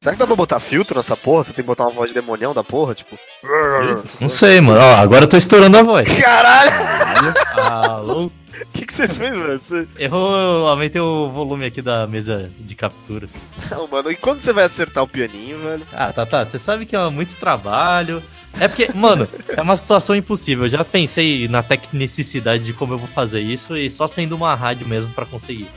Será que dá pra botar filtro nessa porra? Você tem que botar uma voz de demonião da porra, tipo. Não sei, mano. Ó, agora eu tô estourando a voz. Caralho! Alô? O que, que você fez, mano? Você... Errou, eu aumentei o volume aqui da mesa de captura. Não, mano, e quando você vai acertar o pianinho, velho? Ah, tá, tá. Você sabe que é muito trabalho. É porque, mano, é uma situação impossível. Eu já pensei na tecnicidade de como eu vou fazer isso e só sendo uma rádio mesmo pra conseguir.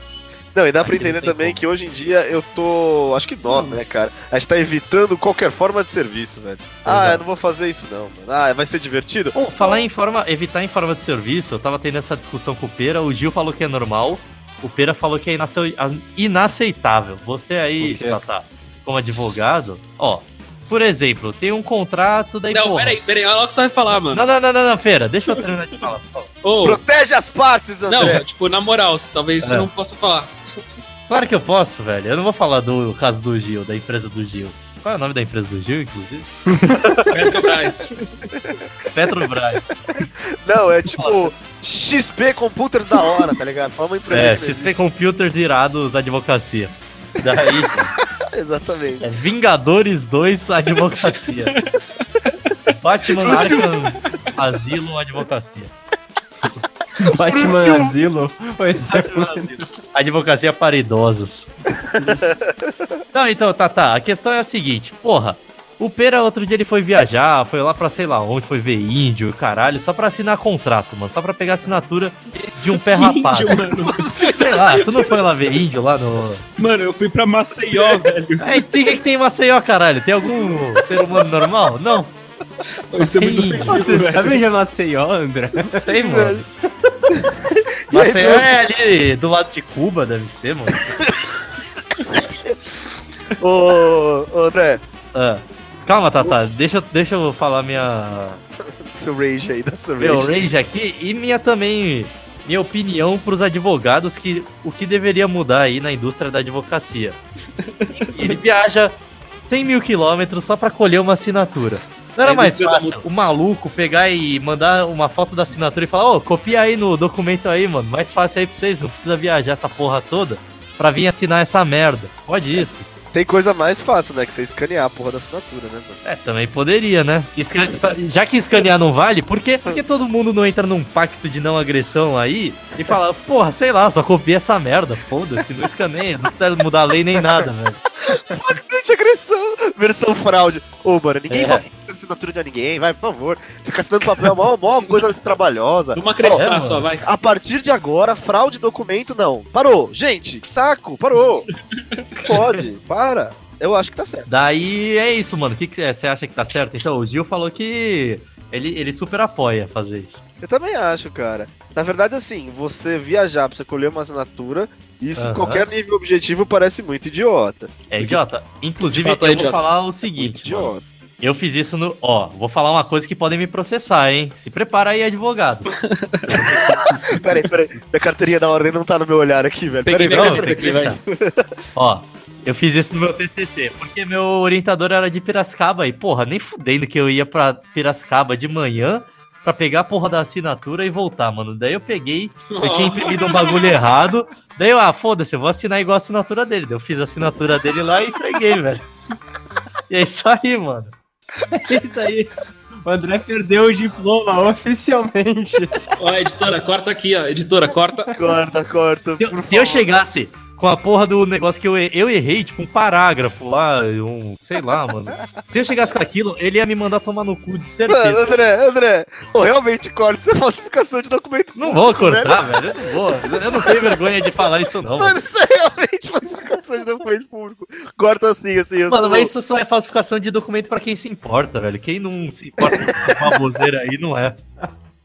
Não, e dá pra Aqui não entender tem também como. que hoje em dia eu tô. Acho que nós, né, cara? A gente tá evitando qualquer forma de serviço, velho. Ah, Exato. eu não vou fazer isso não, mano. Ah, vai ser divertido? Bom, falar em forma, evitar em forma de serviço, eu tava tendo essa discussão com o Pera, o Gil falou que é normal, o Pera falou que é inace- a- inaceitável. Você aí, Por quê? Tatá, como advogado, ó, por exemplo, tem um contrato, daí Não, porra- peraí, peraí, olha lá o que você vai falar, mano. Não, não, não, não, não, Pera, deixa eu terminar de falar. por favor. Ô, Protege as partes, André! não, tipo, na moral, talvez É. você não possa falar. Claro que eu posso, velho, eu não vou falar do caso do Gil, da empresa do Gil. Qual é o nome da empresa do Gil, inclusive? Petrobras. Petrobras. Não, é tipo XP Computers da hora, tá ligado? Fala uma empresa. é, que não XP existe. Computers irados advocacia. Daí, Exatamente. É Vingadores 2 Advocacia. Batman Arkham Asilo Advocacia. Batman Asilo. Pois é. Batman Asilo. Advocacia para idosos. Não, então, tá, tá. A questão é a seguinte, porra. O Pera, outro dia, ele foi viajar, foi lá pra sei lá onde, foi ver índio, caralho, só pra assinar contrato, mano. Só pra pegar assinatura de um pé rapado. Índio, mano. Sei lá, tu não foi lá ver índio lá no, Mano, eu fui pra Maceió, velho. Aí tem que que tem em Maceió, caralho. Tem algum ser humano normal? Não. Isso é muito Ih, ofensivo, Você velho. sabe onde é Maceió, André? Não sei, mano. Maceió Então- é ali do lado de Cuba, deve ser, mano. Ô, ô, André, Ah, Calma, Tata, deixa, eu- deixa eu falar minha, seu rage aí, dá seu meu rage. range aqui e minha também, minha opinião pros advogados que o que deveria mudar aí na indústria da advocacia. Ele viaja 100 mil quilômetros só pra colher uma assinatura. Não era Aí mais desvia da fácil o maluco pegar e mandar uma foto da assinatura e falar, ô, copia aí no documento aí, mano. Mais fácil aí pra vocês, não precisa viajar essa porra toda pra vir assinar essa merda. Pode isso. Tem coisa mais fácil, né? Que você escanear a porra da assinatura, né, mano? É, também poderia, né? Esca- só- Já que escanear não vale, por quê? Porque todo mundo não entra num pacto de não agressão aí e fala, porra, sei lá, só copia essa merda, foda-se, não escaneia, não precisa mudar a lei nem nada, velho. Gente, agressão! Versão fraude. Ô, mano, ninguém É. vai fazer assinatura de ninguém, vai, por favor. Fica assinando papel, mó, mó coisa trabalhosa. Vamos acreditar É, só, mano. vai. A partir de agora, fraude documento não. Parou, gente, que saco, parou. Pode, para. Eu acho que tá certo. Daí é isso, mano. O que que é? você acha que tá certo? Então, o Gil falou que ele, ele super apoia fazer isso. Eu também acho, cara. Na verdade, assim, você viajar pra você colher uma assinatura, isso em Aham. qualquer nível objetivo parece muito idiota. É idiota. Inclusive, De fato, é eu idiota. vou falar o Muito seguinte, mano. idiota. Eu fiz isso no. Ó, vou falar uma coisa que podem me processar, hein? Se prepara aí, advogado. Peraí, peraí. Minha carteirinha da ordem não tá no meu olhar aqui, velho. Peguei Peraí, minha peraí. Não, tem que deixar. Ó, eu fiz isso no meu TCC, porque meu orientador era de Piracicaba e, porra, nem fudendo que eu ia pra Piracicaba de manhã pra pegar a porra da assinatura e voltar, mano. Daí eu peguei, eu tinha imprimido um bagulho errado, daí eu, ah, foda-se, eu vou assinar igual a assinatura dele. Daí eu fiz a assinatura dele lá e entreguei, velho. E é isso aí, mano. É isso aí. O André perdeu o diploma oficialmente. Ó, editora, corta aqui, ó. Editora, corta. Corta, corta. Se eu, se eu chegasse com a porra do negócio que eu, e- eu errei, tipo um parágrafo lá, um. Sei lá, mano. Se eu chegasse com aquilo, ele ia me mandar tomar no cu, de Mano, certeza. André, André, eu realmente corta essa falsificação de documento. Não vou cortar, velho. Eu não vou. Eu não tenho vergonha de falar isso, não. Mano, Mano, isso é realmente falsificação de documento público. Corta assim, assim, eu Mano, sou- mas isso só é falsificação de documento pra quem se importa, velho. Quem não se importa com uma baboseira aí, não é.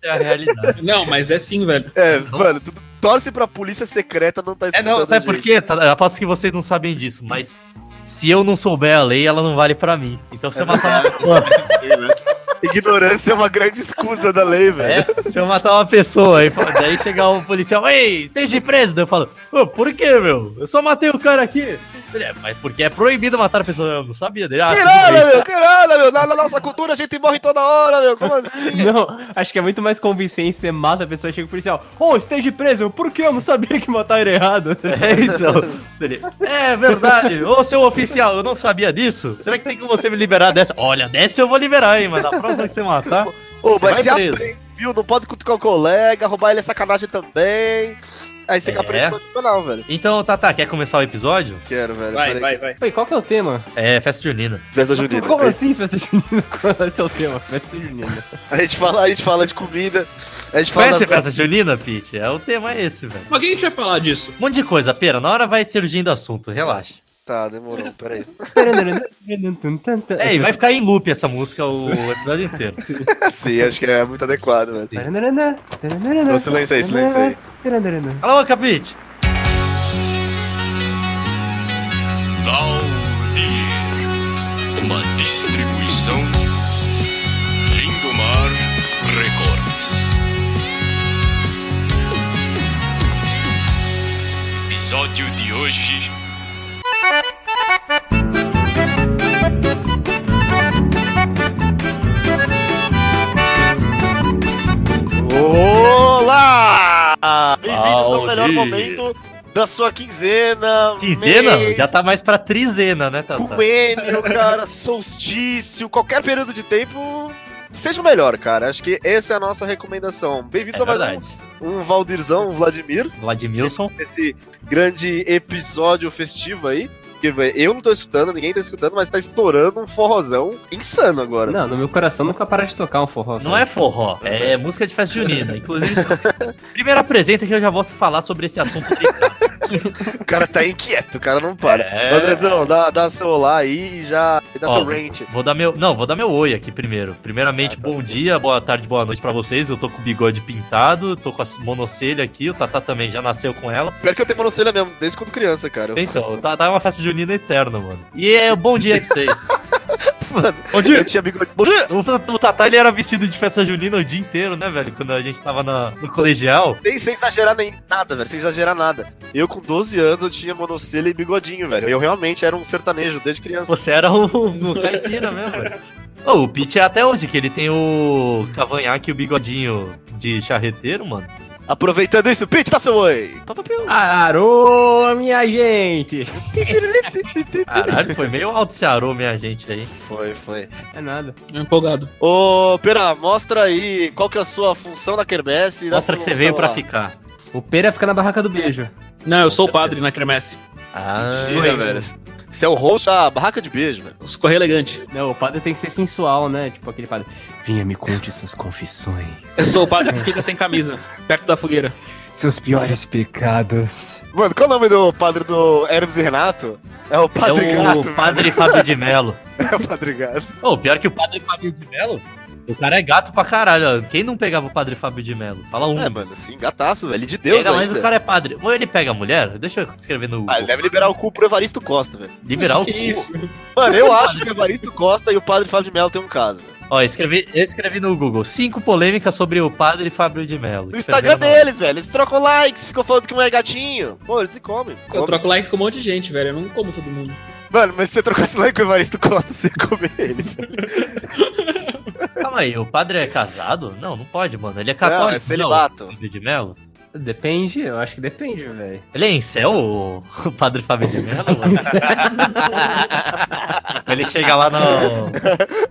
É a realidade. Não, mas é sim, velho. É, mano, tu torce pra polícia secreta não tá É, escutando não, a sabe gente. por quê? Tá, eu aposto que vocês não sabem disso, mas se eu não souber a lei, ela não vale pra mim. Então se eu matar uma pessoa Ignorância é uma grande escusa da lei, velho. É, se eu matar uma pessoa e fa- daí chegar um policial, ei, esteja preso, daí eu falo, "Ô, por que, meu? Eu só matei o cara aqui. Ele, "É, mas porque é proibido matar pessoas. Eu não sabia dele. Ah, Que tudo nada, bem. meu, que nada, meu. Na, na nossa cultura a gente morre toda hora, meu. Como assim? Não, acho que é muito mais convincente. Você mata a pessoa e chega o policial. Ô, esteja preso. Eu, Por que eu não sabia que matar era errado? É, então. Ele, é verdade. Ô, seu oficial, eu não sabia disso. Será que tem como você me liberar dessa? Olha, dessa eu vou liberar, hein, mas na próxima que você matar. Ô, Você mas vai se preso. aprende, viu? Não pode cutucar o colega, roubar ele é sacanagem também. Aí você É. fica preso no não, velho. Então, Tata, quer começar o episódio? Quero, velho. Vai, peraí. vai, vai. Pô, e qual que é o tema? É, festa junina. Festa junina. Como É assim, festa junina? Qual é o tema? Festa junina. A gente fala, a gente fala de comida, a gente fala. Conhece festa junina, Pete? É, o tema é esse, velho. Mas quem a gente vai falar disso? Um monte de coisa, pera, na hora vai surgindo assunto, relaxa. Tá, demorou, peraí. É, e vai ficar em loop essa música o episódio inteiro. Sim, acho que é muito adequado, velho. Então, silêncio aí, silêncio aí. Alô, boca, Pete! Valdir, uma distribuição Lindomar Records. Episódio de hoje. Olá! Bem-vindos ao Valdir. melhor momento da sua quinzena. Quinzena? mês, Já tá mais pra trizena, né, Tata? Comênio, cara, solstício, qualquer período de tempo. Seja o melhor, cara. Acho que essa é a nossa recomendação. Bem-vindos É a mais verdade. um, um Valdirzão, um Vladimir. Vladimilson. esse grande episódio festivo aí. Que véi, eu não tô escutando, ninguém tá escutando, mas tá estourando um forrozão insano agora. Não, no meu coração nunca para de tocar um forró. Não é forró, é música de festa junina. Inclusive, primeiro apresenta que eu já vou falar sobre esse assunto. O cara tá inquieto, o cara não para. É. Andrezão, dá, dá seu olá aí e já e dá Ó, seu rant. Vou dar meu. Não, vou dar meu oi aqui primeiro. Primeiramente, bom dia, boa tarde, boa noite pra vocês. Eu tô com o bigode pintado, tô com a monocelha aqui, o Tatá também já nasceu com ela. Pior que eu tenho monocelha mesmo, desde quando criança, cara. Eu, Então, tá, tá uma festa junina eterna, mano. E é bom dia aí pra vocês. Mano, bom eu dia! tinha bigode. Bom dia! O, Tat- o Tatá ele era vestido de festa junina o dia inteiro, né, velho? Quando a gente tava na- no colegial. Sem, sem exagerar nem nada, velho, sem exagerar nada. Eu com 12 anos eu tinha monocelha e bigodinho, velho. Eu realmente era um sertanejo desde criança. Você era o, o caipira mesmo, velho. Ô, o Pete é até hoje, que ele tem o cavanhaque e o bigodinho de charreteiro, mano. Aproveitando isso, Pete, dá seu oi! Arô, minha gente! Caralho, foi meio alto esse arô, minha gente aí. Foi, foi. É nada. Empolgado. Ô, Pera, mostra aí qual que é a sua função na quermesse. dá Mostra seu- que você veio seu pra lá. ficar. O Pera fica na barraca do beijo. Não, eu sou o certeza. padre na cremesse. Ah, Mentira, velho. Você é o host da barraca de beijo, velho. Escorrer elegante. Não, o padre tem que ser sensual, né? Tipo aquele padre. Vinha, me conte suas confissões. Eu sou o padre que fica sem camisa, perto da fogueira. Seus piores pecados. Mano, qual é o nome do padre do Hermes e Renato? É o é Padre Gato. o padre Fábio de Melo. É o Padre Gato. Ô, pior que o padre Fábio de Melo, o cara é gato pra caralho. ó. Quem não pegava o padre Fábio de Melo? Fala um. É, mano, assim, gataço, velho. De Deus, pega, mas ainda. o cara é padre. Ou ele pega a mulher? Deixa eu escrever no Ah, ele deve liberar o cu pro Evaristo Costa, velho. Liberar o Que cu. isso? Mano, eu acho que o Evaristo Costa e o Padre Fábio de Melo tem um caso. velho. Ó, escrevi, eu escrevi no Google. Cinco polêmicas sobre o padre Fábio de Mello. No Instagram deles, velho. Eles trocam likes, ficam falando que um é gatinho. Pô, eles se comem. Eu Comem. troco like com um monte de gente, velho. Eu não como todo mundo. Mano, mas se você trocasse like com o Evaristo Costa, você ia comer ele. Calma aí, o padre é casado? Não, não pode, mano. Ele é Não, católico. é celibato. Não, Fábio de Mello? Depende, eu acho que depende, velho. Ele é em céu, o o padre Fábio de Mello? mano? ele chega lá no.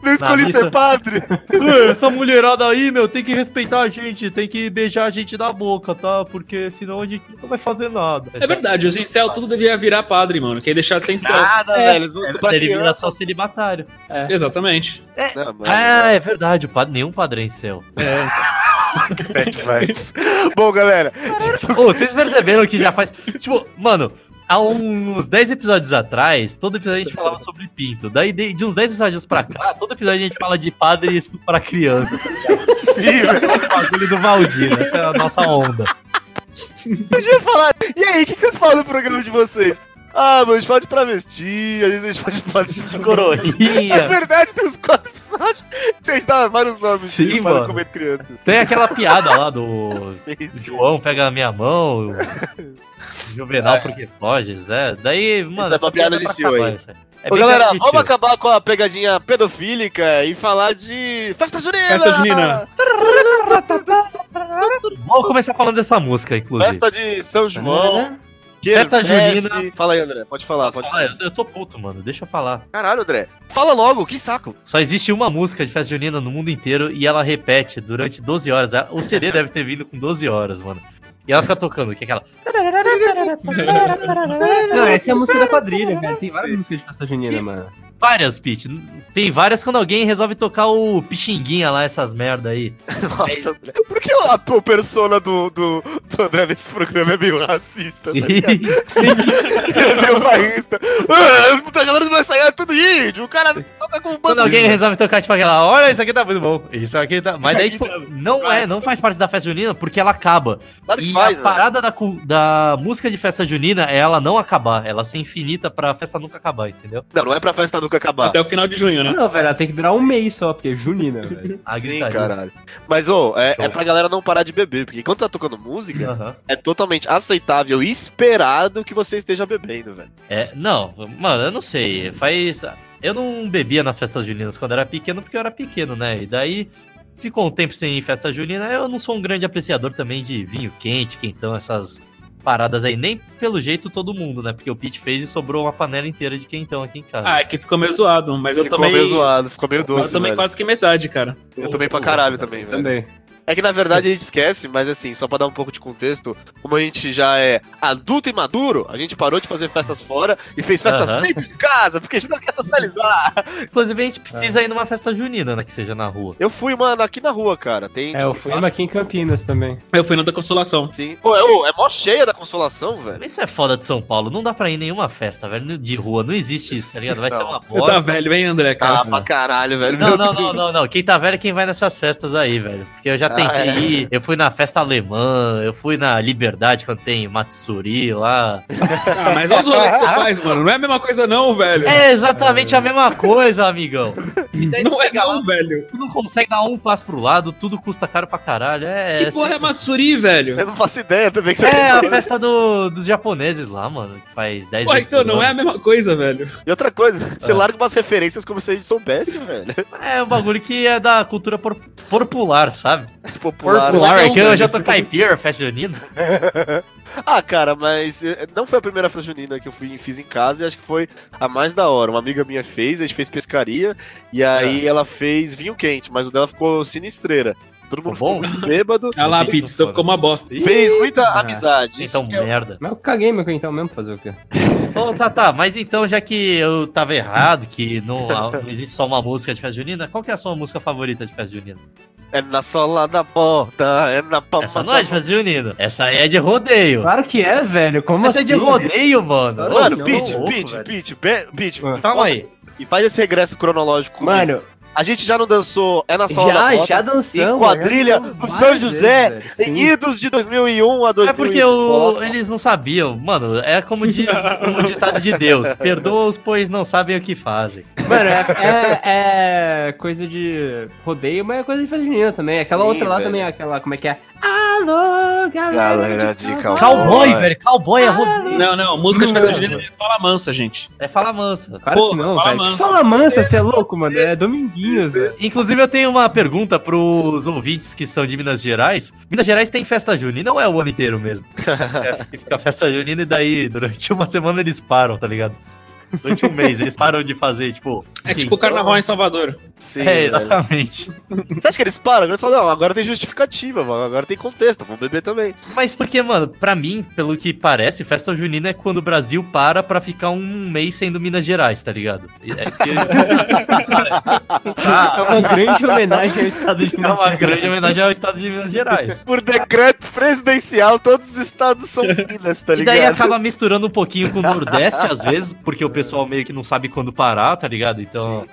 Não escolhi missa- ser padre. Ei, Essa mulherada aí, meu, tem que respeitar a gente, tem que beijar a gente na boca, tá? Porque senão a gente não vai fazer nada. É verdade, os incel tudo devia virar padre, mano. Quem deixar de ser incel. Nada, É, Ah, velho. Eles vão estuprar Ele vira criança. só celibatário. Exatamente. Não, mano, Ah, é verdade, o padre, nenhum padre é em céu. é Bad vibes. Bom, galera, Ô, vocês perceberam que já faz. Tipo, mano, há uns 10 episódios atrás, todo episódio a gente falava sobre pinto. Daí, de, de uns 10 episódios pra cá, todo episódio a gente fala de padre pra criança. sim, velho. O bagulho do Valdir, essa é a nossa onda. Podia falar. E aí, o que, que vocês falam no programa de vocês? Ah, mas a gente fala de travesti, às vezes a gente fala de padre. É Coroinha. verdade, tem uns quatro episódios que vocês dão vários nomes Sim, disso para mano. É comer criança. Tem aquela piada lá do João pega a minha mão. Juvenal porque foge, Zé. Daí, mano. é essa uma piada de pra tio acabar, aí. essa. É Ô, bem galera, piada de vamos tio. acabar com a pegadinha pedofílica e falar de festa junina! Festa junina. Vamos começar falando dessa música, inclusive. Festa de São João. que Festa merece- junina. Fala aí, André. Pode falar, Posso pode falar? falar. Eu, eu tô puto, mano. Deixa eu falar. Caralho, André. Fala logo, que saco. Só existe uma música de festa junina no mundo inteiro e ela repete durante 12 horas. O CD deve ter vindo com 12 horas, mano. E ela fica tocando, que é aquela. Não, essa é a música da quadrilha, cara. Tem várias músicas de festa junina, mano. Várias, Pete. Tem várias quando alguém resolve tocar o Pixinguinha lá, essas merda aí. Nossa, André. Por que a, a persona do, do, do André nesse programa é meio racista? Sim, Né? sim. É meio bairrista. Ah, Muita galera do Maçaiá é tudo índio. O cara toca com um Quando bando alguém de- resolve tocar, tipo aquela, olha, isso aqui tá muito bom. Isso aqui tá. Mas daí, tipo, não é, não faz parte da festa junina porque ela acaba. Claro que E faz, velho. a parada da, cu- da música de festa junina é ela não acabar, ela ser infinita pra festa nunca acabar, entendeu? Não, não é pra festa nunca Então, acabar. Até o final de junho, né? Não, velho, ela tem que durar um mês só, porque é junina, velho. A Sim, gritaria. caralho. Mas, ô, é, Show. é pra galera não parar de beber, porque quando tá tocando música, Aham. é totalmente aceitável e esperado que você esteja bebendo, velho. É, não, mano, eu não sei. Faz. Eu não bebia nas festas juninas quando era pequeno, porque eu era pequeno, né? E daí ficou um tempo sem festa junina. Eu não sou um grande apreciador também de vinho quente, quentão, essas paradas aí. Nem pelo jeito todo mundo, né? Porque o Pete fez e sobrou uma panela inteira de quentão aqui em casa. Ah, é que ficou meio zoado, mas eu ficou tomei. meio zoado, ficou meio doce. eu tomei velho. quase que metade, cara. Eu tomei pra caralho também, velho. Também. É que na verdade a gente esquece, mas assim, só pra dar um pouco de contexto, como a gente já é adulto e maduro, a gente parou de fazer festas fora e fez festas Aham. dentro de casa, porque a gente não quer socializar. é. Inclusive, a gente precisa ir numa festa junina, né? Que seja na rua. Eu fui, mano, aqui na rua, cara. Tem. tipo, É, eu fui uma aqui em Campinas também. Eu fui na da Consolação. Sim. Pô, é, ô, é mó cheia da consolação, velho. Isso é foda de São Paulo. Não dá pra ir em nenhuma festa, velho. De rua. Não existe isso, tá ligado? Vai ser Não. uma Você tá bosta. velho, hein, André, cara? Tá pra caralho, velho. Não, Meu não, Deus. não, não, não. Quem tá velho é quem vai nessas festas aí, velho. Porque eu já Ah, tentei é. ir. Eu fui na festa alemã, eu fui na Liberdade quando tem Matsuri lá. Ah, mas olha o zoado que você faz, mano. Não é a mesma coisa, não, velho. É exatamente a mesma coisa, amigão. E daí tu não é chega lá, não, velho. tu não consegue dar um passo pro lado, tudo custa caro pra caralho. É, que é- porra é Matsuri, velho? Eu não faço ideia também que você é a festa do- dos japoneses lá, mano, que faz 10 Porra, vezes então por não é a ano. mesma coisa, velho. E outra coisa, você Ah. larga umas referências como se a gente soubesse, velho. É um bagulho que é da cultura por- popular, sabe? Popular. né? Popular. é não, que eu velho. já tô caipira, festa junina. Ah, cara, mas eh, não foi a primeira festa junina que eu fui, fiz em casa e acho que foi a mais da hora. Uma amiga minha fez, a gente fez pescaria e aí É. ela fez vinho quente, mas o dela ficou sinistreira. Todo mundo Ficou ficou muito bêbado, Olha lá, Isso, Pete, só mano. ficou uma bosta. fez muita amizade. Então, que é- merda. Mas eu caguei meu quentão mesmo pra fazer o quê? Ô, tá, tá, mas então, já que eu tava errado, que não, não existe só uma música de festa junina, qual que é a sua música favorita de festa junina? é na sola da porta, é na palma Essa não da é de festa junina, essa aí é de rodeio. Claro que é, velho. Como Essa é de rodeio, mano. Claro, Ô, Mano, vocês Pete, tão louco, Pete, velho. Pete, Be- Pete, Mano, Calma aí. E faz esse regresso cronológico. comigo. Mano, a gente já não dançou É na Sola da já, Porta, já dançamos. em quadrilha, já no dançamos São várias José, vezes, velho. em idos de 2001 a 2004. É porque o- eles não sabiam, mano. É como diz o ditado de Deus: perdoa-os, pois não sabem o que fazem. Mano, é, é- é coisa de rodeio, mas é coisa de festa junina também. Aquela Sim, outra lá velho. também, aquela, como é que é? Alô, galera, Galera de cowboy. cowboy. Cowboy, Ai. velho, cowboy é rodeio. Não, não, música de festa junina é fala mansa, gente. É fala mansa. Claro Porra, que não, fala velho. mansa. Fala mansa, você é louco, mano. É Dominguinhos, velho. Inclusive, eu tenho uma pergunta pros ouvintes que são de Minas Gerais. Minas Gerais tem festa junina ou é o ano inteiro mesmo? É, fica festa junina e daí, durante uma semana, eles param, tá ligado? Durante um mês, eles param de fazer, tipo. É tipo o carnaval em Salvador. Sim, né? É, velho. exatamente. Você acha que eles param? Eles falam, não, agora tem justificativa, mano, agora tem contexto, vamos beber também. Mas porque, mano, pra mim, pelo que parece, festa junina é quando o Brasil para pra ficar um mês sendo Minas Gerais, tá ligado? É isso que É uma grande homenagem ao estado de Ah, é uma grande homenagem ao estado de Minas Gerais. Por decreto presidencial, todos os estados são Minas, tá E daí ligado? acaba misturando um pouquinho com o Nordeste, às vezes, porque o pessoal meio que não sabe quando parar, tá ligado? Então,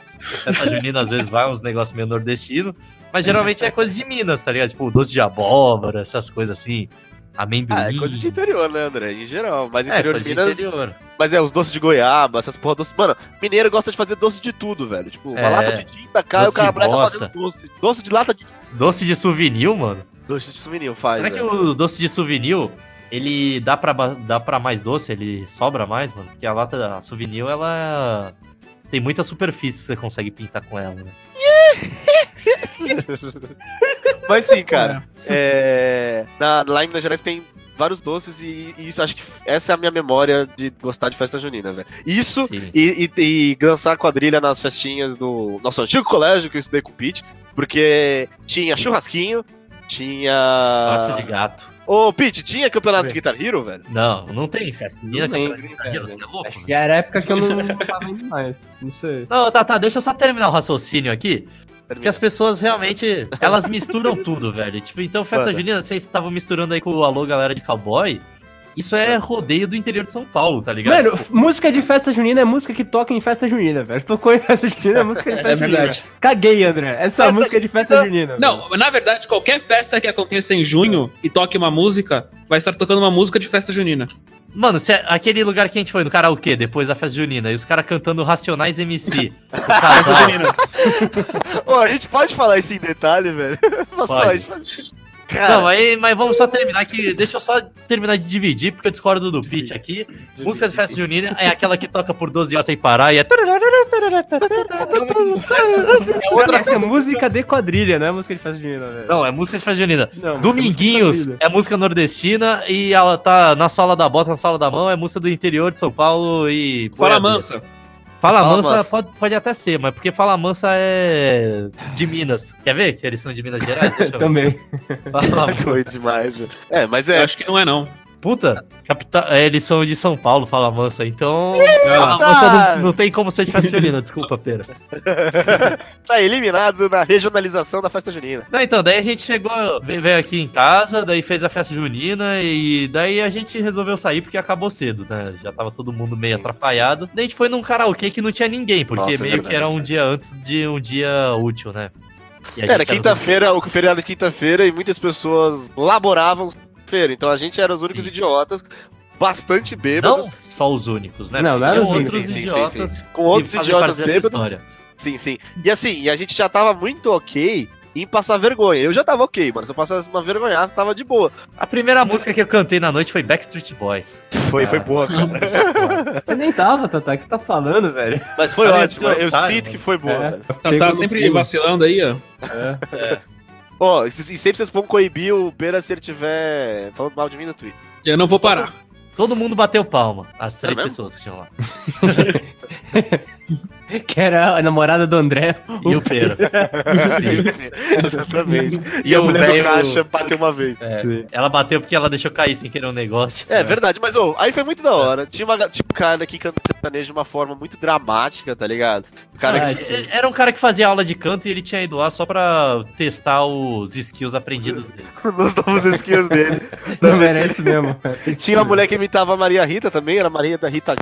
essa junina às vezes vai uns negócios meio nordestino, mas geralmente é coisa de Minas, tá ligado? Tipo, doce de abóbora, essas coisas assim, amendoim. Ah, é coisa de interior, né, André? Em geral. Mas É, interior coisa de de Minas. interior. Mas é, os doces de goiaba, essas porra doce. Mano, mineiro gosta de fazer doce de tudo, velho. Tipo, uma É. lata de tinta cai, Doce o cara de breca bosta. fazendo doce. Doce de lata de. Doce de souvenir, mano. Doce de souvenir, faz. Será que velho. o doce de souvenir Ele dá pra, ba- dá pra mais doce, ele sobra mais, mano. Porque a lata a souvenir, ela tem muita superfície que você consegue pintar com ela, né? Mas sim, cara. é, na- lá em Minas Gerais tem vários doces e, e isso acho que essa é a minha memória de gostar de festa junina, velho. Isso Sim. e, e, e dançar quadrilha nas festinhas do nosso antigo colégio que eu estudei com o Pete, porque tinha churrasquinho, Churrasco tinha. de gato. Ô, Pete, tinha campeonato de Guitar Hero, velho? Não, não tem festa. Menina, tem, que você é louco, Acho velho. que era a época que eu não tava indo mais. Não sei. Não, tá, tá, deixa eu só terminar o raciocínio aqui. Porque Termina. as pessoas realmente, elas misturam tudo, velho. Tipo, então festa Manda. junina, vocês estavam misturando aí com o Alô Galera de Cowboy. Isso é rodeio do interior de São Paulo, tá ligado? Mano, f- música de festa junina é música que toca em festa junina, velho. Tocou em festa junina é música de É festa junina. verdade. Caguei, André. Essa Festa música é de festa junina. velho. Não, na verdade, qualquer festa que aconteça em junho e toque uma música, vai estar tocando uma música de festa junina. Mano, se é aquele lugar que a gente foi no karaokê depois da festa junina e os caras cantando Racionais MC. o Ah, casal, Ô, a gente pode falar isso em detalhe, velho? Posso Pode. falar isso? Cara, Não, aí, mas vamos só terminar aqui. Deixa eu só terminar de dividir, porque eu discordo do Pete aqui. Música de festa junina é aquela que toca por 12 horas sem parar e é. É outra essa é música de quadrilha, não é música de festa junina, velho. Não, é música de festa junina. Não, Dominguinhos é música nordestina e ela tá na sola da bota, na sola da mão, é música do interior de São Paulo e. Fala boiadeiro. mansa. Fala, Fala mansa, Mansa. Pode, pode até ser, mas porque Fala mansa é de Minas. Quer ver que eles são de Minas Gerais? Deixa eu ver. Também. Fala Mansa. doido demais, velho. É, mas Eu é. acho que não é, não. Puta, capital, é, eles são de São Paulo, Fala Mansa, então. Fala tá. Mansa não, não tem como ser de festa junina, desculpa, Pera. Tá eliminado na regionalização da festa junina. Não, então, daí a gente chegou, ve- veio aqui em casa, daí fez a festa junina e daí a gente resolveu sair porque acabou cedo, né? Já tava todo mundo meio atrapalhado. Daí a gente foi num karaokê que não tinha ninguém, porque Nossa, é meio verdade. que era um dia antes de um dia útil, né? E a gente Era os quinta-feira, o feriado de quinta-feira, e muitas pessoas laboravam feira. Então a gente era os únicos Sim. idiotas, bastante Não bêbados. só os únicos, né? Não, Porque não eram tinham os únicos. outros Sim, sim, idiotas sim, que Com outros fazem idiotas parte dessa bêbados. história. Sim, sim. E assim, e a gente já tava muito ok em passar vergonha. Eu já tava ok, mano. Se eu passasse uma vergonhaça, tava de boa. A primeira música que eu cantei na noite foi Backstreet Boys. Foi, Ah. É, foi boa, cara. Você nem tava, Tata. O que você tá falando, velho? Mas foi Olha ótimo. esse Eu otário, sinto que mano. foi boa, É. velho. Tá, Pegou tá no sempre pulo. vacilando aí, ó. Ó, e se- e sempre vocês vão coibir o Pera se ele tiver falando mal de mim no Twitter. Eu não vou parar. Todo mundo bateu palma, as três É mesmo? pessoas que tinham lá. Que era a namorada do André. E o Pera. Sim. Exatamente. E, E a o mulher velho- do caixa bateu uma vez. É, ela bateu porque ela deixou cair sem querer um negócio. É, verdade, mas ô, aí foi muito da hora. Tinha uma ga- tipo, cara que canta sertanejo de uma forma muito dramática, tá ligado? O cara Ah, que. Ele- Era um cara que fazia aula de canto e ele tinha ido lá só pra testar os skills aprendidos dele. nos novos skills dele. Não Não, mas merece mesmo. Tinha uma mulher que imitava a Maria Rita também, era a Maria da Rita.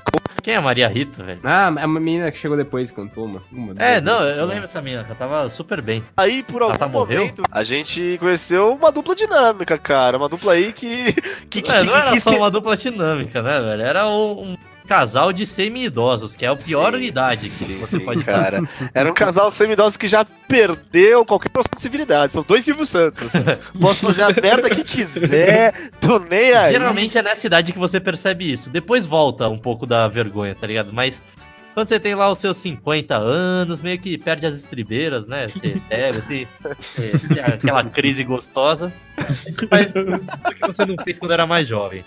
Quem é a Maria Rita, velho? Ah, é uma menina que chegou depois e cantou, mano. É, não, né? eu lembro dessa menina, ela tava super bem. Aí, por algum tá, morreu? momento, a gente conheceu uma dupla dinâmica, cara. Uma dupla aí que. que, que, É, não era que- só que- uma dupla dinâmica, né, velho? Era um, um casal de semi-idosos, que é a pior Sim. unidade que você Sim, pode cara. Era um casal semidoso que já perdeu qualquer possibilidade. São dois Silvio Santos. assim. Posso fazer a merda que quiser, tô nem aí. Geralmente é nessa idade que você percebe isso. Depois volta um pouco da vergonha, tá ligado? Mas quando você tem lá os seus 50 anos, meio que perde as estribeiras, né? Você pega, assim, é, tem aquela crise gostosa. Mas tudo que você não fez quando era mais jovem.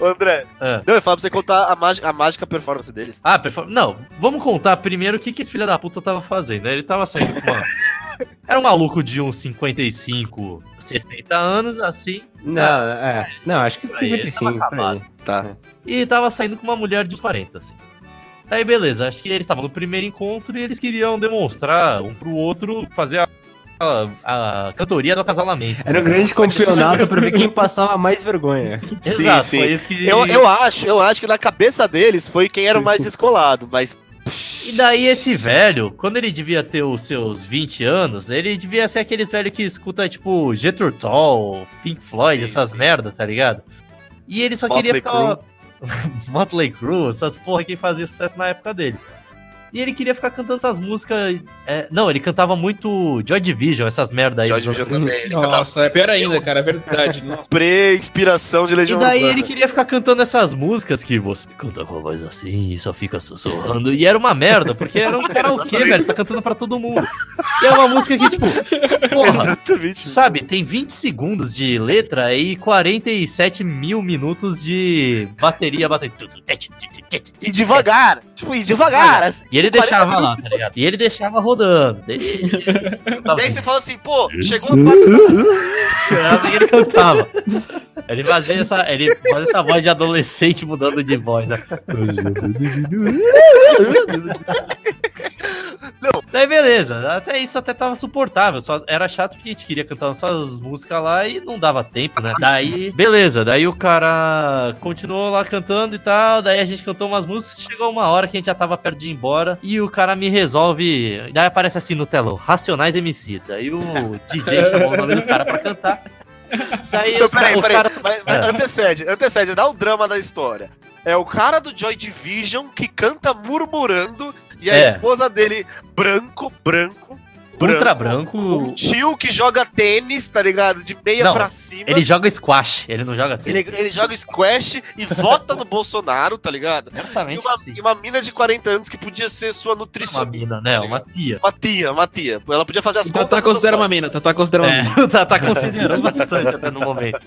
Ô, André, Ah. não, eu falo pra você contar a, mági- a mágica performance deles. Ah, perfor- não, vamos contar primeiro o que, que esse filho da puta tava fazendo. né? Ele tava saindo com uma. Era um maluco de uns 55, 60 anos, assim, Não, é. Não, acho que Por aí, ele 55. tava por aí. Tá. e tava saindo com uma mulher de 40, assim. Daí beleza, acho que eles estavam no primeiro encontro e eles queriam demonstrar um pro outro fazer a, a, a cantoria do acasalamento. Era um grande campeonato pra ver quem passava mais vergonha. Exato, Sim, sim. foi isso que. Eu, eu acho, eu acho que na cabeça deles foi quem era o mais descolado, mas. E daí esse velho, quando ele devia ter os seus 20 anos, ele devia ser aqueles velho que escuta, tipo, Jethro Tull, Pink Floyd, Sim, essas merda, tá ligado? E ele só Motley queria ficar... Motley Crue, essas porra que fazia sucesso na época dele. E ele queria ficar cantando essas músicas. é, não, ele cantava muito Joy Division, essas merda aí. Joy dos Division anos- também. Ele cantava Nossa, é pior ainda, cara, é verdade. Nossa. pré-inspiração de E Legião daí Urbana. ele queria ficar cantando essas músicas que você canta com a voz assim e só fica sussurrando. E era uma merda, porque era um karaokê, velho. Você tá cantando pra todo mundo. E é uma música que, tipo, porra, Exatamente. sabe, tem 20 segundos de letra e 47 mil minutos de bateria batendo. E devagar, tipo, e devagar. assim. E ele deixava lá, tá ligado? E ele deixava rodando. Deixa... Tava Daí assim, você fala assim, pô, chegou a parte era assim que ele cantava. Ele fazia essa, ele fazia essa voz de adolescente mudando de voz, né? Daí beleza, até isso até tava suportável, só era chato porque a gente queria cantar nossas músicas lá e não dava tempo, né? Daí, beleza, daí o cara continuou lá cantando e tal, daí a gente cantou umas músicas, chegou uma hora que a gente já tava perto de ir embora e o cara me resolve, daí aparece assim no telão, Racionais MC, daí o DJ chamou o nome do cara pra cantar. Daí Não, os ca- peraí, o peraí. cara... Mas, mas É. antecede, antecede, dá o drama da história. É o cara do Joy Division que canta murmurando e a É. esposa dele, branco, branco, Ultra branco, Um tio que joga tênis, tá ligado? De meia Não, pra cima. ele joga squash, ele não joga Ele, ele joga squash e vota no Bolsonaro, tá ligado? E Exatamente uma, assim. e uma mina de 40 anos que podia ser sua Uma nutricionista. mina, Então, tá né? Uma tia. Uma tia, uma tia. Ela podia fazer as O Tatá contas. considera uma mina, o Tatá considera uma mina. É, tá, tá considerando bastante até no momento.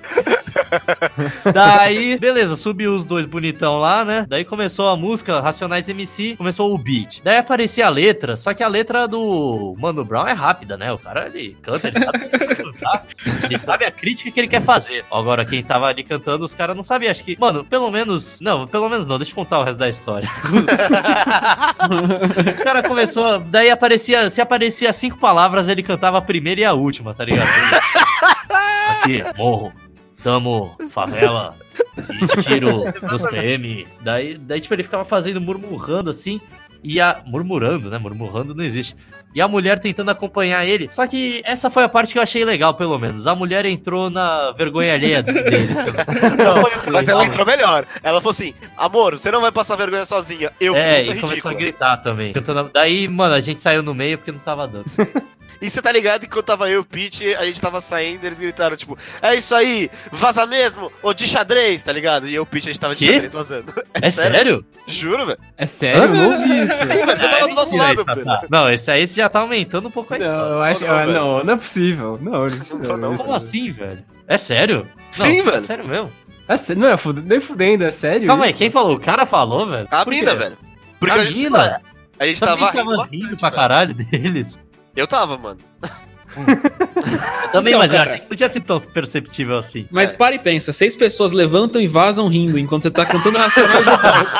Daí, beleza, subiu os dois bonitão lá, né? Daí começou a música, Racionais MC, começou o beat. Daí aparecia a letra, só que a letra do Mano Brown é rápida, né? O cara, ele canta, ele sabe, o que ele quer cantar, ele sabe a crítica que ele quer fazer. Agora, quem tava ali cantando, os caras não sabiam, acho que... Mano, pelo menos... Não, pelo menos não, deixa eu contar o resto da história. O cara começou, daí aparecia, se aparecia cinco palavras, ele cantava a primeira e a última, tá ligado? Aqui, morro, tamo, favela, e tiro nos PM. Daí, daí, tipo, ele ficava fazendo, murmurando assim, e a. Murmurando, né? Murmurando não existe. E a mulher tentando acompanhar ele. Só que essa foi a parte que eu achei legal, pelo menos. A mulher entrou na vergonha alheia dele. Não, mas ela entrou melhor. Ela falou assim: amor, você não vai passar vergonha sozinha. Eu É, isso e começou a um ridículo." gritar também. Cantando- Daí, mano, a gente saiu no meio porque não tava dando. E você tá ligado que quando tava eu e o Pete, a gente tava saindo, eles gritaram, tipo, é isso aí, vaza mesmo, ou de xadrez, tá ligado? E eu e o Pete, a gente tava de Quê? xadrez vazando. É sério? Juro, velho. É sério? Eu não ouvi isso. Sim, velho, você tava do nosso é Ah, Mentira, lado, isso, Pedro. tá. Não, esse aí você já tá aumentando um pouco a Não, história. eu acho, Não, ah, velho. não, não é possível. Não, não, tô, não. Como assim, velho? É sério? Sim, Não, É velho. sério mesmo? É sé- não é fude- nem fudendo, é sério? Calma aí, isso? quem falou? O cara falou, velho? A Por mina, quê? velho. A gente- mina? A gente Também tava, tava rindo, bastante, pra velho. caralho deles. Eu tava, mano. Eu também, Então, mas eu cara. achei que não tinha sido tão perceptível assim. Mas É. para e pensa, seis pessoas levantam e vazam rindo enquanto você tá cantando Racionais no palco.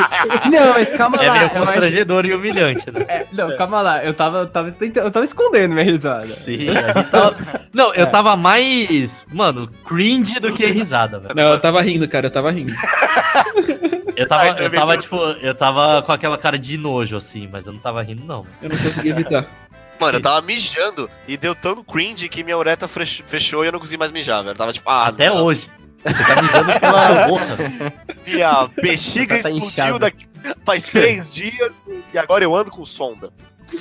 Não, mas calma É lá. meio eu acho- constrangedor e humilhante, né? é, não, calma lá. Eu tava, eu tava, tentando- eu tava escondendo minha risada. Sim, a gente tava... Não, eu tava mais, mano, cringe do que risada, velho. Não, eu tava rindo, cara, eu tava rindo. Eu Ai, tava, também eu tava tô- tipo, eu tava com aquela cara de nojo, assim, mas eu não tava rindo, não. Eu não consegui evitar. Mano, eu tava mijando e deu tão cringe que minha ureta frech- fechou e eu não consegui mais mijar, velho. Eu Tava tipo, ah, Até não. hoje. Você tá mijando pela boca, velho. Minha bexiga Tá explodiu inchado. daqui faz três dias e agora eu ando com sonda.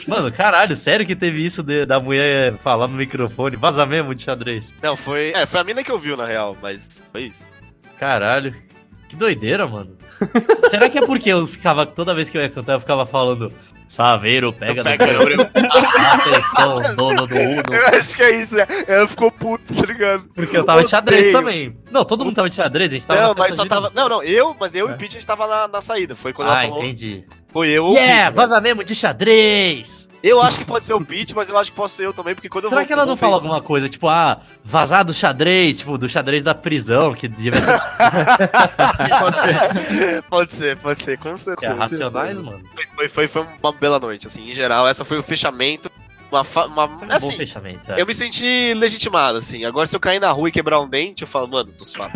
Mano, caralho, sério que teve isso de- da mulher falar no microfone? Vaza mesmo de xadrez. Não, foi. É, foi a mina que eu viu, na real, mas foi isso. Caralho. Que doideira, mano. Será que é porque eu ficava, toda vez que eu ia cantar, eu ficava falando Saveiro, pega, né? Pega no no meu. Atenção, dono do Uno. Eu acho que é isso, né? Ela ficou puta, tá ligado? Porque eu tava de xadrez Odeio. também. Não, todo mundo tava de xadrez, a gente tava não, na mas festa só de- tava. Não, não, eu, mas eu e É. o Pete a gente tava na, na saída. Foi quando Ah, ela falou. um né? entendi. Foi eu. ou o Yeah, Pete, vaza mesmo de xadrez. velho. Eu acho que pode ser o Pete, mas eu acho que pode ser eu também, porque quando eu Será vou- que ela não eu vou- falou alguma coisa, tipo, ah, vazar do xadrez, tipo, do xadrez da prisão, que devia ser Pode ser. Pode ser, pode ser, com é, certeza. racionais, mano? Tá Foi, foi, foi uma bela noite, assim, em geral. Essa foi o fechamento. Uma, fa- uma- Foi um bom assim, fechamento. é. eu me senti legitimado, assim. Agora, se eu cair na rua e quebrar um dente, eu falo, mano, tô suave.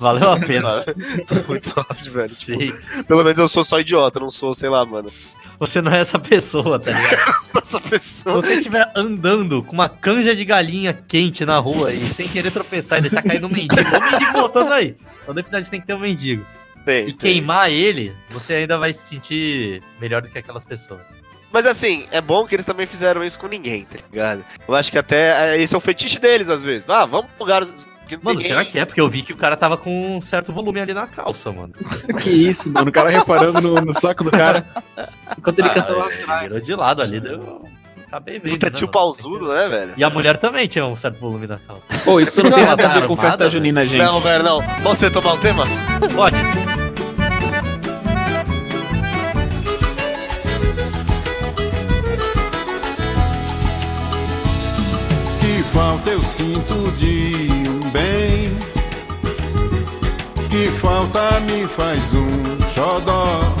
Valeu a pena. cara. tô muito suave, velho. Tipo, Sim. Pelo menos eu sou só idiota, eu não sou, sei lá, mano. Você não é essa pessoa, tá ligado? Eu sou essa pessoa. Se você estiver andando com uma canja de galinha quente na rua e sem querer tropeçar e deixar cair no mendigo, olha o mendigo voltando aí. Todo episódio tem que ter um mendigo. Tem, E tem. queimar ele, você ainda vai se sentir melhor do que aquelas pessoas. Mas assim, é bom que eles também fizeram isso com ninguém, tá ligado? Eu acho que até. é, Esse é o fetiche deles, às vezes. Ah, vamos pro lugar. Que não Mano, tem será ninguém. que é? Porque eu vi que o cara tava com um certo volume ali na calça, mano. Que isso, mano. O cara reparando no, no saco do cara. Ah, Enquanto ele canta lá. Ah, ele virou de lado ali, deu. Acabei vendo. Puta né, tio mano? pausudo, né, velho? E a mulher também tinha um certo volume na calça. Pô, isso não Não, tem nada a cara, ver com nada, festa velho. junina, gente. Não, velho, não. Vamos você tomar o tema? Pode. Que falta eu sinto de um bem. Que falta me faz um xodó.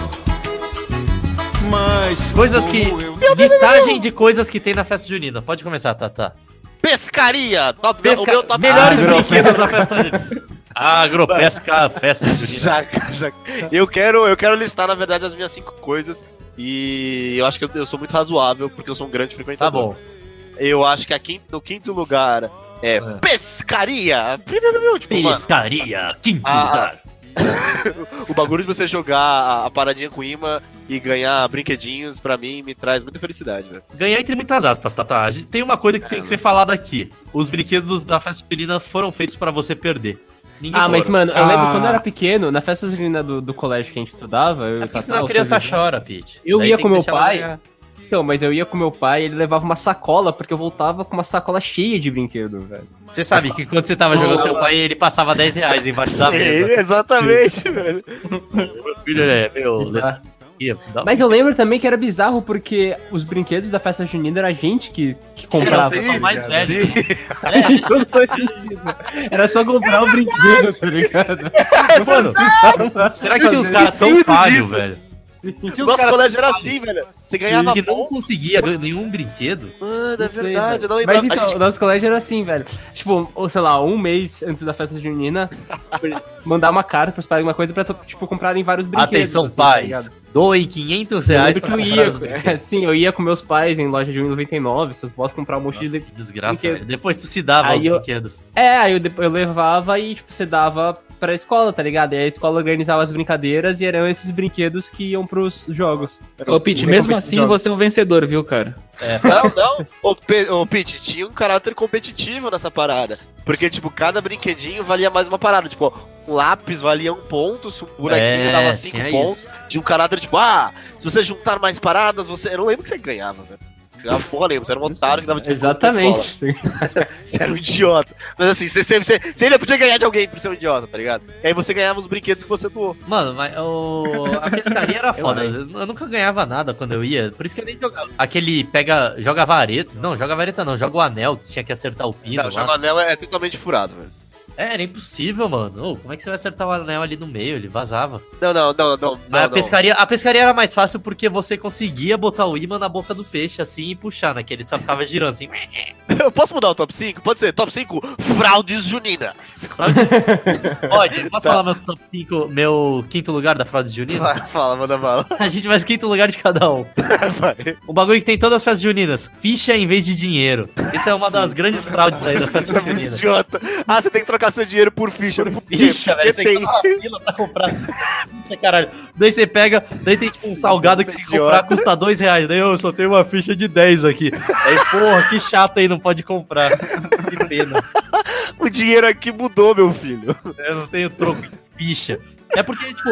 Mas. Coisas que. como eu- Listagem de coisas que tem na festa junina. Pode começar, Tata. Pescaria! Top, Pesca... O meu top Melhores Ah, brinquedos da festa junina. Agropesca, festa junina. Jaca, jaca. Eu quero, eu quero listar, na verdade, as minhas cinco coisas. E eu acho que eu, eu sou muito razoável, porque eu sou um grande Tá frequentador. bom. Eu acho que a quinto, no quinto lugar é Ah. pescaria. Primeiro, tipo, mano, Pescaria, quinto Ah, lugar. o bagulho de você jogar a, a paradinha com imã e ganhar brinquedinhos, pra mim, me traz muita felicidade, velho. Ganhar entre muitas aspas, Tata. A gente- Tem uma coisa que tem que ser falada aqui. Os brinquedos da festa junina foram feitos pra você perder. Ninguém Ah, mas foram. mano, eu lembro Ah. quando eu era pequeno, na festa junina do, do colégio que a gente estudava, eu É porque tava- senão ah, a o criança seu- chora, Pete. Eu Daí ia tem com que meu deixar ela pai. ganhar. Então, mas eu ia com meu pai, ele levava uma sacola, porque eu voltava com uma sacola cheia de brinquedo, velho. Você sabe que quando você tava jogando seu pai, ele passava 10 reais embaixo da mesa. Sim, exatamente, velho. Meu filho é meu. Tá. lesbia, dá- Mas eu lembro também que era bizarro, porque os brinquedos da festa junina era a gente que, que Era comprava. só o mais velho. Sim. Não faz sentido. Era só comprar o brinquedo, tá ligado? Não precisava. Será que os Esquecido caras tão falhos, disso. velho? Tinha uns Nosso caras colégio era assim, velho. Você ganhava que não bom. conseguia ganhar nenhum brinquedo. Mano, é Não sei, verdade, velho. eu não lembrava. Mas então, A gente- o nosso colégio era assim, velho. Tipo, ou sei lá, um mês antes da festa junina, eles mandar uma carta pros pais, uma coisa pra, tipo, comprarem vários brinquedos. Atenção, assim, tá pais. ligado? Doem 500 Eu reais lembro que eu comprar os ia, brinquedos. sim, eu ia com meus pais em loja de 1,99, essas boss comprar um monte Nossa, de... que desgraça, brinquedo. velho. Depois tu se dava Aí aos eu- brinquedos. É, aí eu, de- eu levava e, tipo, você dava pra escola, tá ligado? E aí a escola organizava as brincadeiras e eram esses brinquedos que iam pros jogos. Tipo, Ô, Pete, mesmo assim você é um vencedor, viu, cara? Não, não. Ô, Pe- Ô, Pete, tinha um caráter competitivo nessa parada. Porque, tipo, cada brinquedinho valia mais uma parada. Tipo, ó, um lápis valia um ponto, se um buraquinho É, dava cinco tinha pontos. isso. Tinha um caráter, tipo, ah, se você juntar mais paradas, você. Eu não lembro que você ganhava, velho. Você ganhava porra nenhuma, você era um otário que dava de tipo, ponto pra escola. Exatamente. Você era um idiota. Mas assim, você, você, você, você ainda podia ganhar de alguém por ser um idiota, tá ligado? E aí você ganhava os brinquedos que você doou. Mano, mas o... a pescaria era foda. Eu, nunca ganhava nada quando eu ia. Por isso que eu nem jogava. Aquele pega. Joga vareta. Não, joga vareta não. Joga o anel. que Tinha que acertar o pino. Não, lá. o anel é totalmente furado, velho. É, era impossível, mano. Ô, como é que você vai acertar o anel ali no meio? Ele vazava. Não, não, não, não. não, Mas a não. pescaria, a pescaria era mais fácil porque você conseguia botar o imã na boca do peixe assim e puxar, né? Que ele só ficava girando assim. Eu posso mudar o top 5? Pode ser, top 5, fraudes junina. Pode, posso Tá. falar meu top 5, meu quinto lugar da fraude junina? Vai, fala, manda bala. A gente faz quinto lugar de cada um. Vai. O bagulho que tem em todas as festas juninas: ficha em vez de dinheiro. Isso é uma das grandes fraudes aí da Você festa é muito junina. idiota. Ah, você tem que trocar seu dinheiro por ficha. Por quê? Ficha, velho. Porque Você tem tem. que dar uma fila pra comprar. Puta, Caralho. Daí você pega, daí tem tipo um salgado que você é comprar custa dois reais. Daí eu só tenho uma ficha de 10 aqui. Aí, porra, que chato aí, não pode comprar. Que pena. O dinheiro aqui mudou, meu filho. Eu não tenho troco de ficha. É porque, tipo,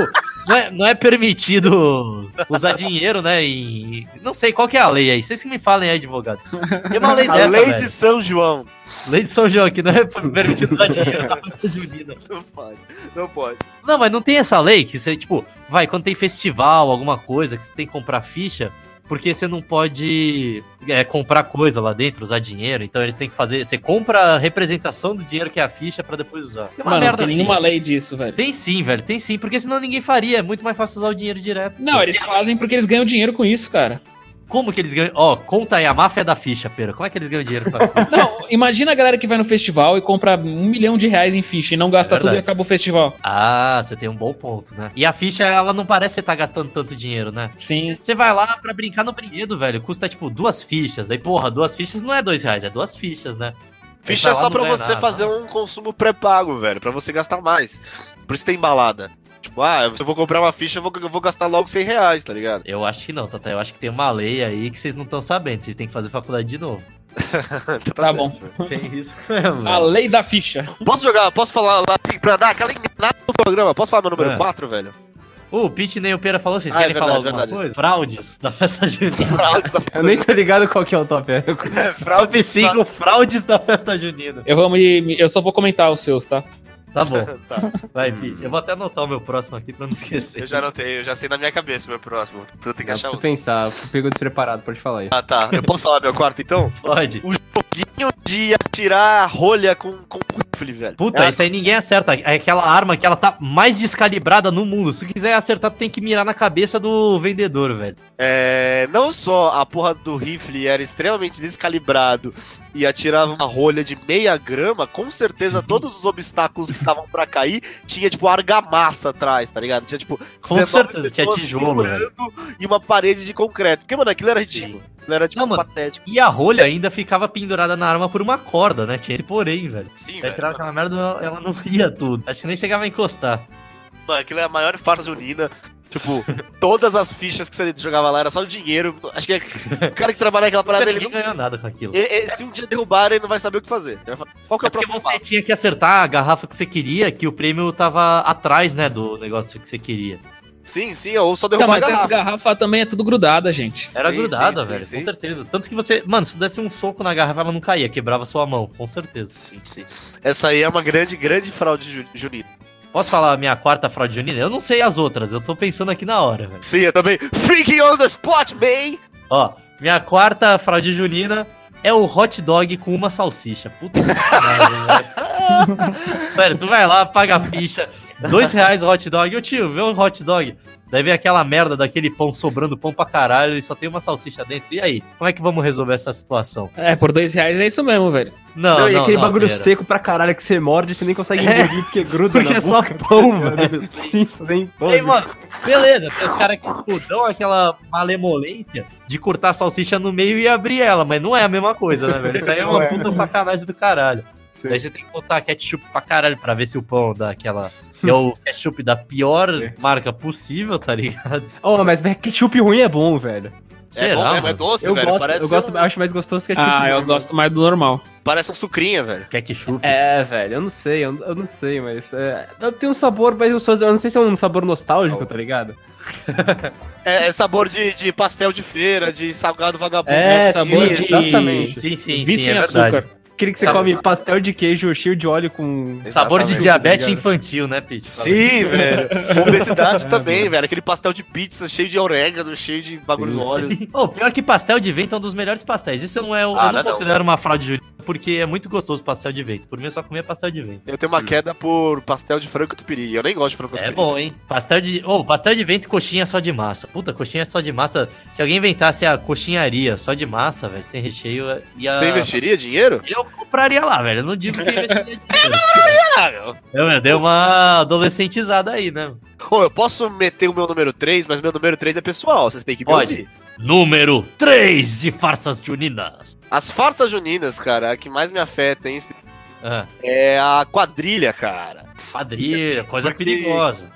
não é, não é permitido usar dinheiro, né? E não sei qual que é a lei aí. Vocês que me falem aí, advogados. Tem uma lei A dessa, lei velho. de São João. Lei de São João, que não é permitido usar dinheiro na festa junina. Não pode, não pode. Não, mas não tem essa lei que você, tipo, vai, quando tem festival, alguma coisa, que você tem que comprar ficha, porque você não pode é, comprar coisa lá dentro, usar dinheiro, então eles têm que fazer. Você compra a representação do dinheiro que é a ficha pra depois usar. É uma mano, não merda tem assim. nenhuma lei disso, velho. Tem sim, velho, tem sim, porque senão ninguém faria. É muito mais fácil usar o dinheiro direto. é- Não, eles fazem porque eles ganham dinheiro com isso, cara. Como que eles ganham. Ó, conta aí a máfia da ficha, pera. Como é que eles ganham dinheiro com a ficha? Não, imagina a galera que vai no festival e compra um milhão de reais em ficha e não gasta É tudo e verdade. acaba o festival. ah, você tem um bom ponto, né? E a ficha, ela não parece que você tá gastando tanto dinheiro, né? Sim. Você vai lá pra brincar no brinquedo, velho. Custa, tipo, duas fichas. Daí, porra, duas fichas não é dois reais, é duas fichas, né? Ficha Aí é tá lá, só não pra ganha você nada, fazer não. um consumo pré-pago, velho. Pra você gastar mais. Por isso tem balada. Tipo, ah, se eu vou comprar uma ficha, eu vou, eu vou gastar logo 100 reais, tá ligado? Eu acho que não, Tata. Eu acho que tem uma lei aí que vocês não estão sabendo. Vocês têm que fazer faculdade de novo. Ah, Então Tá certo. bom. Tem isso mesmo. A lei da ficha. Posso jogar, posso falar lá assim, pra dar aquela enganada no programa? Posso falar meu número Ah. 4, velho? O Pete nem o Pera falou, vocês Ah, é querem verdade, falar alguma verdade. coisa? Fraudes da festa junina. Fraudes da- Eu nem tô ligado qual que é o top. fraudes Top 5 fraudes da festa junina. Eu, vou me, eu só vou comentar os seus, tá? Tá bom, Tá, vai, Pete. Eu vou até anotar o meu próximo aqui pra não esquecer. eu já anotei, eu já sei na minha cabeça o meu próximo. Então eu tenho que Eu achar preciso um. pensar, eu pego despreparado, pode falar aí. Ah, tá. Eu posso falar meu quarto, então? Pode. Joguinho de atirar rolha com, com rifle, velho. Puta, isso aí ninguém acerta. É aquela arma que ela tá mais descalibrada no mundo. Se quiser acertar, tu tem que mirar na cabeça do vendedor, velho. É, não só a porra do rifle era extremamente descalibrado e atirava uma rolha de meia grama, com certeza todos os obstáculos que estavam pra cair tinha tipo argamassa atrás, tá ligado? Tinha tipo Com 19 certeza, tinha pessoas tijolo, velho. segurando e uma parede de concreto. Porque, mano, aquilo era Sim. ridículo. Aquilo era tipo Não, mano. patético. E a rolha ainda ficava pendurada na arma por uma corda, né? Tinha esse porém, velho. Sim, Se ela velho. tirava aquela merda, ela não ia tudo. Acho que nem chegava a encostar. Mano, aquilo era a maior farsa unida. Tipo, todas as fichas que você jogava lá era só dinheiro. Acho que o cara que trabalha naquela parada, ele Ninguém não. ganhou nada com aquilo. ele- ele- se um dia derrubarem, ele não vai saber o que fazer. Ele vai falar, Qual que é É o porque próximo você passo? tinha que acertar a garrafa que você queria, que o prêmio tava atrás, né, do negócio que você queria. Sim, sim, ou só Tá, derrubar a mas garrafa. essa garrafa também é tudo grudada, gente. Era Sim, grudada, sim, velho, sim, com sim. certeza. Tanto que você. Mano, se desse um soco na garrafa, ela não caía, quebrava sua mão, com certeza. Sim, sim. Essa aí é uma grande, grande fraude ju- junina. Posso falar a minha quarta fraude junina? Eu não sei as outras, eu tô pensando aqui na hora, velho. Sim, eu também. Freaking on the spot, man! Ó, minha quarta fraude junina é o hot dog com uma salsicha. Puta sacanagem, velho. Sério, tu vai lá, paga a ficha, dois reais o hot dog. Ô tio, vê um hot dog. Daí vem aquela merda daquele pão sobrando pão pra caralho e só tem uma salsicha dentro. E aí, como é que vamos resolver essa situação? É, por dois reais é isso mesmo, velho. Não, não, e aquele não, bagulho pera. seco pra caralho que você morde, você nem consegue É. engolir porque gruda Porque na é só boca. pão, velho. Sim, só tem pão. Ei, mano, beleza, tem os caras que tipo, dão aquela malemolência de cortar a salsicha no meio e abrir ela, mas não é a mesma coisa, né, velho? Isso aí é Não uma é. puta sacanagem do caralho. Sim. Daí você tem que botar ketchup pra caralho pra ver se o pão dá aquela. É o ketchup da pior marca possível, tá ligado? Oh, mas velho, ketchup ruim é bom, velho. é, bom, Será, mesmo, é mano? doce, Eu velho. gosto, parece, um- eu gosto, eu acho mais gostoso ketchup Ah, ruim. eu gosto mais do normal. parece um sucrinha, velho. Ketchup. É, velho, eu não sei, eu, eu não sei, mas. É, eu tenho um sabor, mas eu, sou, eu não sei se é um sabor nostálgico, tá ligado? É, é sabor de, de pastel de feira, de salgado vagabundo. É, né? sabor sim, de- exatamente. Sim, sim, Vício sim, é em verdade. açúcar. Aquele que você Sabor- come pastel de queijo cheio de óleo com. Sabor de Exatamente. diabetes Obrigado. infantil, né, Pete? Sim, velho. Obesidade também, velho. Aquele pastel de pizza cheio de orégano, cheio de bagulho no óleo. Ô, pior que pastel de vento é um dos melhores pastéis. Isso não é, eu Ah, não, não é não. considero uma fraude junina, porque é muito gostoso pastel de vento. Por mim, eu só comia pastel de vento. Eu tenho uma queda por pastel de frango tupiri. Eu nem gosto de frango É tupiri. bom, hein? Pastel de, ô, pastel de vento e coxinha só de massa. Puta, coxinha só de massa. Se alguém inventasse a coxinharia só de massa, velho, sem recheio, ia Você investiria dinheiro? Eu compraria lá, velho. Eu não digo que investiria dinheiro. Ah, meu. Eu, eu dei uma adolescentizada aí, né? Ô, eu posso meter o meu número 3, mas meu número 3 é pessoal. Vocês têm que me Pode. ouvir. Número 3 de farsas juninas. As farsas juninas, cara, a que mais me afeta, hein, Ah, é a quadrilha, cara. quadrilha, coisa Porque- perigosa.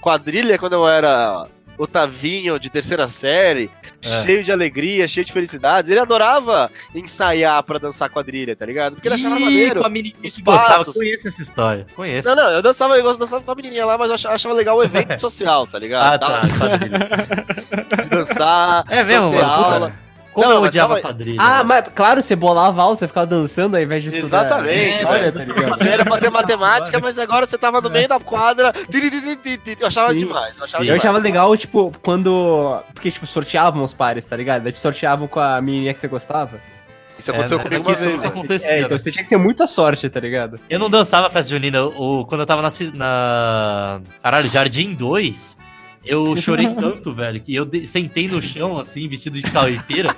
Quadrilha, quando eu era Otavinho de terceira série, É. cheio de alegria, cheio de felicidades, ele adorava ensaiar pra dançar quadrilha, tá ligado? Porque ele achava Ih, maneiro. com a menininha Os que gostava. passos. Conheço essa história. Conheço. Não, não, eu dançava, eu gosto de dançar com a menininha lá, mas eu achava, achava legal o evento social, tá ligado? Ah, tá. quadrilha. Dava De dançar, É mesmo, ter mano. puta. aula. Como Não, eu mas odiava calma aí. quadrilha. né? Ah, mano. mas claro, você bolava aula, você ficava dançando ao invés de estudar. Exatamente, Olha, tá ligado? Você era pra ter matemática, mas agora você tava no meio da quadra. Eu achava Sim, demais. Eu achava, É. sim. Eu demais. achava legal, tipo, quando. Porque, tipo, sorteavam os pares, tá ligado? Eles sorteavam com a menininha que você gostava. Isso aconteceu É, comigo que uma isso vez. nunca velho. acontecia, É, então né? você tinha que ter muita sorte, tá ligado? Eu não dançava festa junina. O, quando eu tava na, ci- na. Caralho, Jardim 2, eu chorei tanto, velho, que eu de- sentei no chão, assim, vestido de cauipira.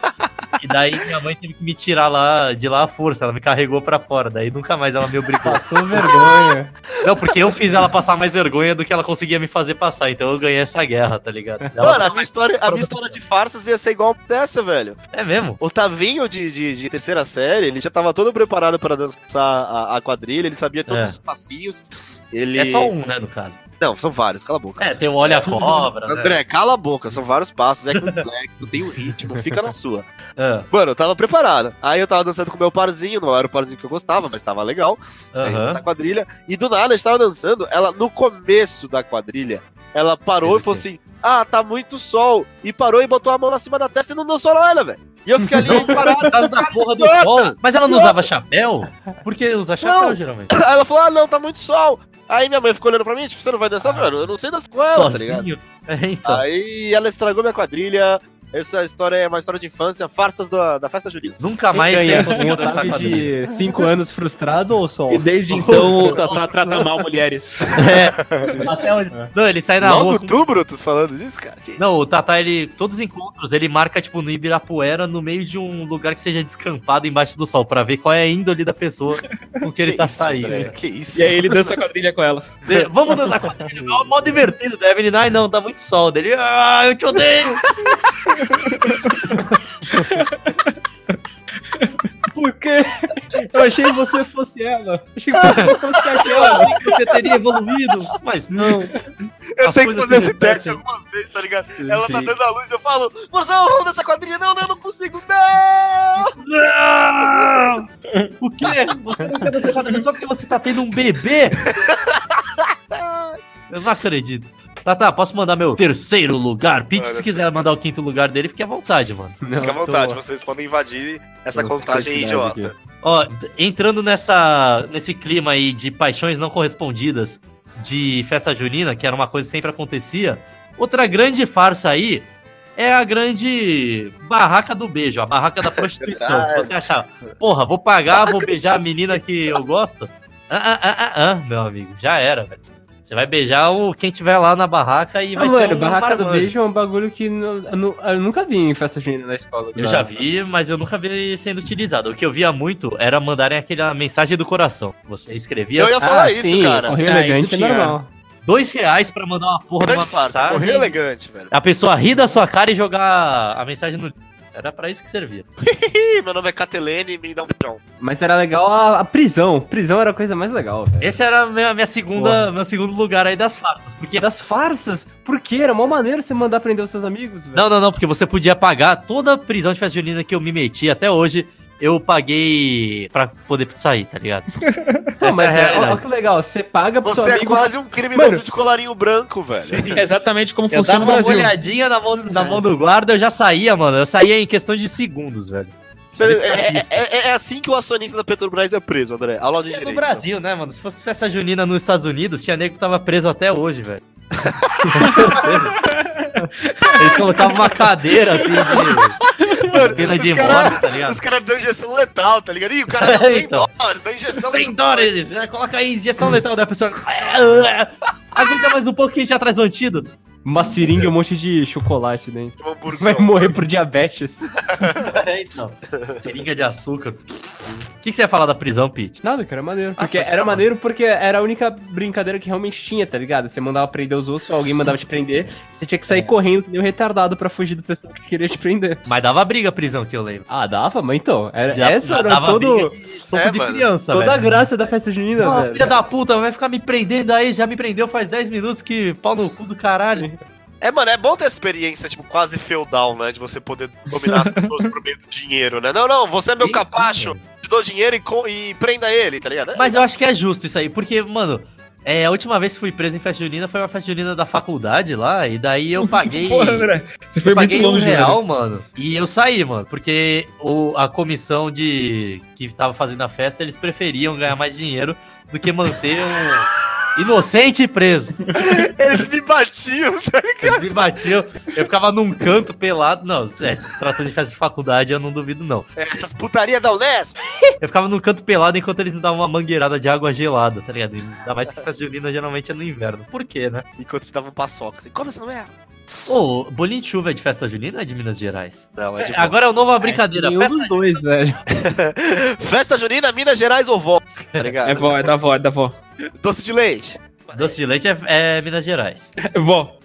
e daí minha mãe teve que me tirar lá de lá à força. Ela me carregou pra fora. Daí nunca mais ela me obrigou. Passou vergonha. não, porque eu fiz ela passar mais vergonha do que ela conseguia me fazer passar. Então eu ganhei essa guerra, tá ligado? Ela- Mano, a minha, história, a minha história de farsas ia ser igual dessa, velho. É mesmo? O Tavinho de, de, de terceira série, ele já tava todo preparado pra dançar a, a quadrilha, ele sabia todos É. os passinhos. Ele... É só um, né, no caso. Não, são vários, cala a boca. É, tem o Olha a Cobra. né? André, cala a boca, são vários passos, é complexo, tem o ritmo, fica na sua. Ah, Mano, eu tava preparado. Aí eu tava dançando com meu parzinho, não era o parzinho que eu gostava, mas tava legal. Aí, aham. Essa quadrilha. E do nada a gente tava dançando, ela no começo da quadrilha, ela parou Fez e o falou assim: Ah, tá muito sol. E parou e botou a mão na cima da testa e não dançou nada, velho. E eu fiquei ali Por parado. causa da porra do Idiota! sol. Mas ela não usava chapéu? Porque usa chapéu, Não. geralmente. Aí ela falou: Ah, não, tá muito sol. Aí minha mãe ficou olhando pra mim, tipo, você não vai dançar? Eu falei, Mano, eu não sei dançar com ela, tá ligado? Ah. Sozinho. É, então. Aí ela estragou minha quadrilha. Essa história é uma história de infância, farsas da, da festa junina. Nunca mais Quem Ah, é você ganha? Um conseguiu dançar Otávio quadrilha. de 5 anos frustrado ou só? E desde então o Tatá trata mal mulheres. É. Até onde- Não, ele sai na rua. Logo com- tu, Brutus, falando disso, cara? Que- Não, o Tatá, ele. Todos os encontros, ele marca, tipo, no Ibirapuera, no meio de um lugar que seja descampado embaixo do sol, pra ver qual é a índole da pessoa com que ele tá isso, é. saindo. André, Que isso? E aí ele dança quadrilha com elas. Ele, Vamos dançar quadrilha. É mó divertido, né? Ele, ai não, dá muito sol. Dele, ah, eu te odeio. Por quê? Eu achei que você fosse ela. Achei que você fosse Eu aquela. achei que você teria evoluído, mas não. Eu As tenho que coisas fazer se esse teste repetem. alguma vez, tá ligado? Ela tá Sim. dando a luz, eu falo, moção, vamos dessa quadrilha, não, não, não consigo, não! Não! O quê? Você não quer dançar quadrilha só porque você tá tendo um bebê? Eu não acredito. Tá, tá, posso mandar meu terceiro lugar? Pete, se quiser mandar o quinto lugar dele, fique à vontade, mano. Não, Fica à tô- vontade, vocês podem invadir essa Nossa, contagem aí, quantidade idiota. Ó, entrando nessa, nesse clima aí de paixões não correspondidas de festa junina, que era uma coisa que sempre acontecia, outra grande farsa aí é a grande barraca do beijo, a barraca da prostituição. Verdade. Você achava, porra, vou pagar, vou beijar a menina que eu gosto? Ah, ah, ah, ah, ah, meu amigo, já era, velho. Você vai beijar o quem tiver lá na barraca e Ah, vai ser mano, um barraca do marmanjo. beijo é um bagulho que nu- eu, nu- eu nunca vi em festa junina na escola. Eu já vi, mas eu nunca vi sendo utilizado. O que eu via muito era mandarem aquela mensagem do coração. Você escrevia Eu ia falar isso, assim, cara. Correio Ah, elegante isso é tinha. normal. dois reais pra mandar uma porra de uma Grande farsa, mensagem. correu elegante, velho. A pessoa ri da sua cara e jogar a mensagem no lixo. Era pra isso que servia. Ih, meu nome é Catelene, me dá um beijão. Mas era legal a, a prisão. Prisão era a coisa mais legal, velho. Esse era a minha, minha segunda, meu segundo lugar aí das farsas. Porque. Das farsas? Por quê? Era mó maneiro você mandar prender os seus amigos, velho. Não, não, não, porque você podia pagar toda a prisão de festa junina que eu me meti até hoje. Eu paguei pra poder sair, tá ligado? Essa é Não, a mas é, olha realidade. que legal. Você paga pro Você seu é amigo. quase um criminoso Mano. de colarinho branco, velho. É exatamente como Eu funciona dava o uma Brasil. olhadinha na mão, na mão do guarda, eu já saía, mano. Eu saía em questão de segundos, velho. Você- é, é- é- é assim que o acionista da Petrobras é preso, André. Ao lado de É direito. no Brasil, né, mano? Se fosse festa junina nos Estados Unidos, tinha nego que tava preso até hoje, velho. Com certeza. Eles colocavam uma cadeira assim de Mano, pena de os cara- morte, tá ligado? Os caras dão injeção letal, tá ligado? Ih, o cara dá 100 Então. dólares, dá injeção 100 dólares! né? Coloca aí injeção letal da pessoa. Aguenta mais um pouco que a gente já traz o antídoto. Uma seringa e um monte de chocolate dentro. Um hamburgão. Vai morrer por diabetes. É, então. Seringa de açúcar. O que, que você ia falar da prisão, Pete? Nada, cara, é maneiro. Porque Nossa, era calma. maneiro porque era a única brincadeira que realmente tinha, tá ligado? Você mandava prender os outros, ou alguém mandava te prender, você tinha que É. sair correndo que nem um retardado pra fugir do pessoal que queria te prender. Mas dava briga a prisão, que eu lembro. Ah, dava, mas então. Era, Já- essa já era dava todo, briga de soco É, de mano. criança, toda a velho. graça da festa junina, Ah, velho. filha da puta, vai ficar me prendendo aí, já me prendeu faz 10 minutos que pau no cu do caralho. É, mano, é bom ter experiência, tipo, quase feudal, né? De você poder dominar as pessoas por meio do dinheiro, né? Não, não, você é meu Sim, sim, capacho, te dou dinheiro e, co- e prenda ele, tá ligado? Mas eu acho que é justo isso aí, porque, mano, é, a última vez que fui preso em festa junina foi uma festa junina da faculdade lá, e daí eu paguei. Porra, André, você foi eu paguei muito longe, um velho. real, mano. E eu saí, mano, porque o, a comissão de que tava fazendo a festa, eles preferiam ganhar mais dinheiro do que manter um inocente preso. Eles me batiam, tá ligado? Eles me batiam, eu ficava num canto pelado. Não, é, se tratando de festa de faculdade, eu não duvido, não. É, Essas putarias da Unesp. Eu ficava no canto pelado enquanto eles me davam uma mangueirada de água gelada, tá ligado? Ainda mais que festa junina geralmente é no inverno. Por quê, né? Enquanto te davam paçoca, assim, como essa não é? Ô, bolinho de chuva é de festa junina ou é de Minas Gerais? Não, é de boa. Agora é o novo a brincadeira. Nenhum festa dos dois, velho. Festa junina, Minas Gerais ou vó, tá ligado? É vó, é da vó, é da vó. Doce de leite. Doce de leite é, é Minas Gerais. É vó.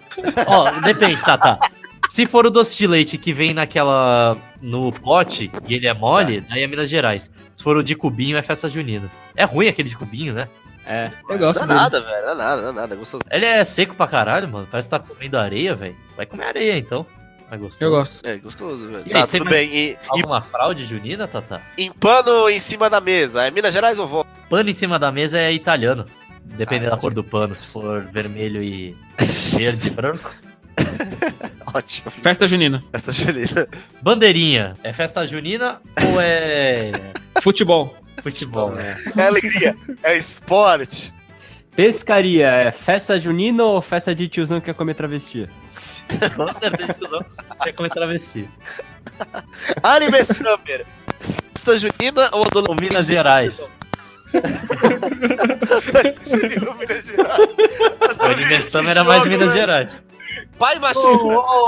Ó, depende, tá, tá. Se for o doce de leite que vem naquela. no pote e ele é mole, aí é Minas Gerais. Se for o de cubinho, é festa junina. É ruim aquele de cubinho, né? É. Eu Não gosto é dele. nada, velho. Não é nada, não é nada. É gostoso. Ele é seco pra caralho, mano. Parece que tá comendo areia, velho. Vai comer areia, então. Vai gostar. Eu gosto. É gostoso, velho. E Tá, aí, tem tudo mais- bem. E, Alguma fraude junina, Tata? e em pano em cima da mesa. É Minas Gerais ou volta? Pano em cima da mesa é italiano. Dependendo da Ah, cor do pano, se for vermelho e verde e branco. Ótimo. Festa junina. Festa junina. Bandeirinha, é festa junina ou é Futebol. futebol, né? É alegria. É esporte. Pescaria, é festa junina ou festa de tiozão que quer comer travesti? Com certeza que os outros é como travesti. Anime Summer. Festa junina ou Ou adolescente? Minas Gerais, Festa junina ou Minas Gerais? o aniversário era mais Minas Gerais. Pai machista.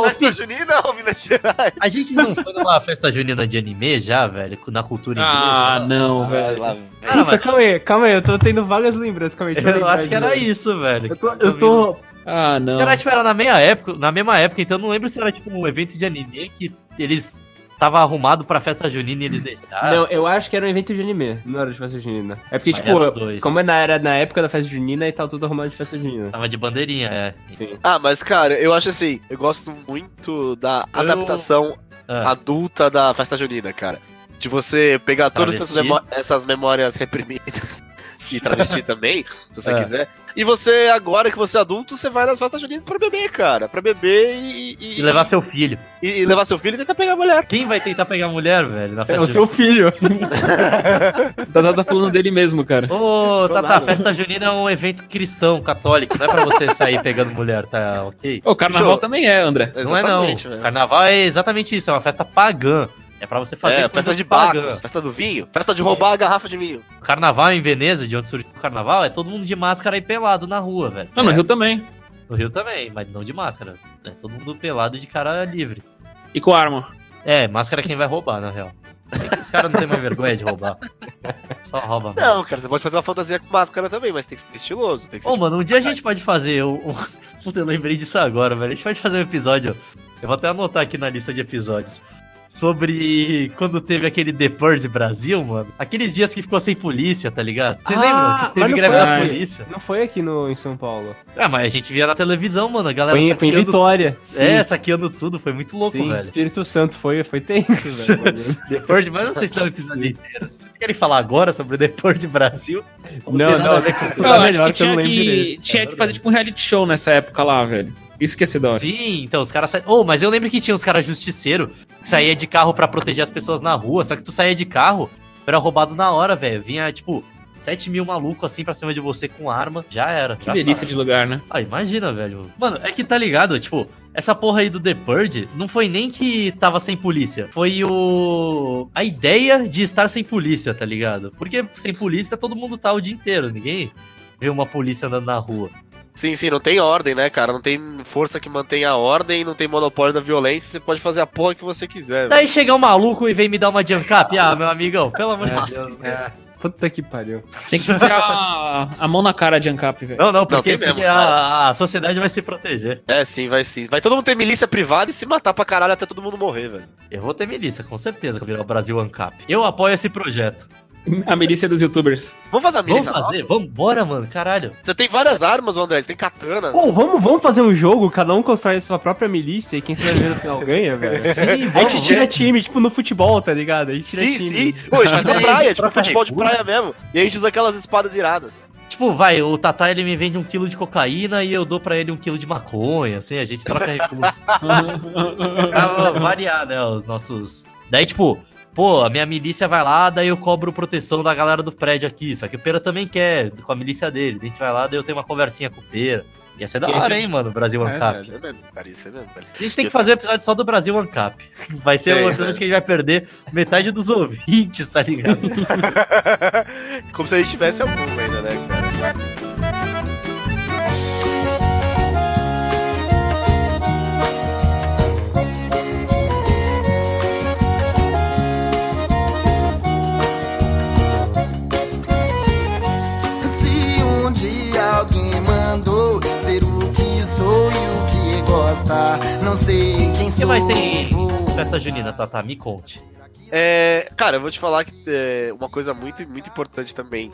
Festa junina ou Minas Gerais? A gente não foi numa festa junina de anime já, velho, na cultura Ah, não, Vai velho. lá. Ah, mas- calma aí, calma aí, eu tô tendo vagas lembranças, calma aí, inglesa. Eu lembrar acho que era disso. isso, velho. Eu tô, eu tô, Ah, não. Era, tipo, era na mesma época, na mesma época, então eu não lembro se era tipo um evento de anime que eles tava arrumado pra festa junina e eles deixaram. Não, eu acho que era um evento de anime, não era de festa junina. É porque, Ah. Mas tipo, era os dois. como é na, era na época da festa junina e tal, tudo arrumado de festa junina. Tava de bandeirinha, é. Sim. Ah, mas cara, eu acho assim, eu gosto muito da Eu- adaptação Ah, adulta da festa junina, cara. De você pegar todas essas, Travesti. memó- essas memórias reprimidas e travesti também, se você É. quiser. E você, agora que você é adulto, você vai nas festas juninas pra beber, cara. Pra beber e, e levar seu filho. e- e levar seu filho e tentar pegar a mulher. Quem vai tentar pegar mulher, velho, na É festa o seu filho. Tá, tá falando dele mesmo, cara. Tô Ô, Tata, nada. festa junina é um evento cristão, católico. Não é pra você sair pegando mulher, tá ok? O carnaval Show. também é, André. Não é não. Exatamente, né? velho. Carnaval é exatamente isso, é uma festa pagã. É pra você fazer É, festa coisas de pagãs. bagos, festa do vinho, festa de roubar a garrafa de vinho. Carnaval em Veneza, de onde surgiu o carnaval, é todo mundo de máscara e pelado na rua, velho. Ah, Não, no É, Rio também. no Rio também, mas não de máscara. É todo mundo pelado e de cara livre. E com arma. É, máscara é quem vai roubar, na real. É que Os caras não têm mais vergonha de roubar. Só rouba, mano. Não, cara, você pode fazer uma fantasia com máscara também, mas tem que ser estiloso. Tem que ser Ô, mano, um dia a gente pode fazer. Eu, Puta, eu lembrei disso agora, velho. A gente pode fazer um episódio. Eu vou até anotar aqui na lista de episódios. Sobre quando teve aquele The Purge Brasil, mano. Aqueles dias que ficou sem polícia, tá ligado? Vocês Ah, lembram que mas teve não greve foi da aqui. polícia? Não foi aqui no, em São Paulo. É, mas a gente via na televisão, mano. A galera Foi, em- foi em Vitória. tá É, saqueando tudo. Foi muito louco, Sim, velho. Espírito Santo foi, foi tenso, velho. The Purge, mas eu não sei se dá o episódio inteiro. Vocês querem falar agora sobre o The Purge Brasil? Não, tem nada não. é a ver com isso. Não, eu melhor acho é que que eu tinha não lembro que, direito. tinha É que verdade. fazer tipo um reality show nessa época lá, velho. Isso que ia ser da hora. Sim, então os caras. sa- Ô, mas eu lembro que tinha uns caras justiceiro que saía de carro pra proteger as pessoas na rua, só que tu saía de carro, era roubado na hora, velho. Vinha, tipo, 7 mil maluco assim pra cima de você com arma, já era. Que já delícia sabe. de lugar, né? Ah, imagina, velho. Mano, é que tá ligado, tipo, essa porra aí do The Purge não foi nem que tava sem polícia. Foi o. a ideia de estar sem polícia, tá ligado? Porque sem polícia todo mundo tá o dia inteiro, ninguém vê uma polícia andando na rua. Sim, sim, não tem ordem, né, cara? Não tem força que mantenha a ordem, não tem monopólio da violência, você pode fazer a porra que você quiser. velho. Daí chega um maluco e vem me dar uma jump cap. Ah, meu amigão, pelo amor de Nossa, Deus. né? que merda. Puta que pariu. Tem que tirar a, a mão na cara de Ancap, velho. Não, não, porque, tem mesmo, tá. porque a, a sociedade vai se proteger. É, sim, vai sim. Vai todo mundo ter milícia privada e se matar pra caralho até todo mundo morrer, velho. Eu vou ter milícia, com certeza, que virar o Brasil ANCAP. Eu apoio esse projeto. A milícia dos youtubers. Vamos fazer a Vamos milícia fazer? nossa? Vamos embora, mano, caralho. Você tem várias armas, ô André, você tem Tá. katana. Pô, vamos, vamos fazer um jogo, cada um constrói a sua própria milícia e quem sobreviver no final ganha, velho. Sim, A gente tira time, tipo no futebol, tá ligado? A gente tira Sim, time. sim. Pô, a gente vai pra Daí praia, a gente tipo troca futebol de recurso. praia mesmo. E a gente usa aquelas espadas iradas. Tipo, vai, o Tatá ele me vende um quilo de cocaína e eu dou pra ele um quilo de maconha, assim, a gente troca recursos. pra variar, né, os nossos... Daí, tipo, pô, a minha milícia vai lá, daí eu cobro proteção da galera do prédio aqui, só que o Pera também quer, com a milícia dele. A gente vai lá, daí eu tenho uma conversinha com o Pera. Ia ser da Ia ser- hora, hein, mano, Brasil É, Ancap. Isso é mesmo, cara, isso é mesmo, velho. A gente tem que fazer um episódio só do Brasil Ancap. Vai ser Tem, um episódio que a gente vai perder metade dos ouvintes, tá ligado? Como se a gente tivesse algum ainda, né, cara? Se um dia alguém mandou ser o que sou e o que gosta, não sei quem O que sou. mais tem vou- festa junina, Tata? Me conte. É, cara, eu vou te falar que é, uma coisa muito, muito importante também,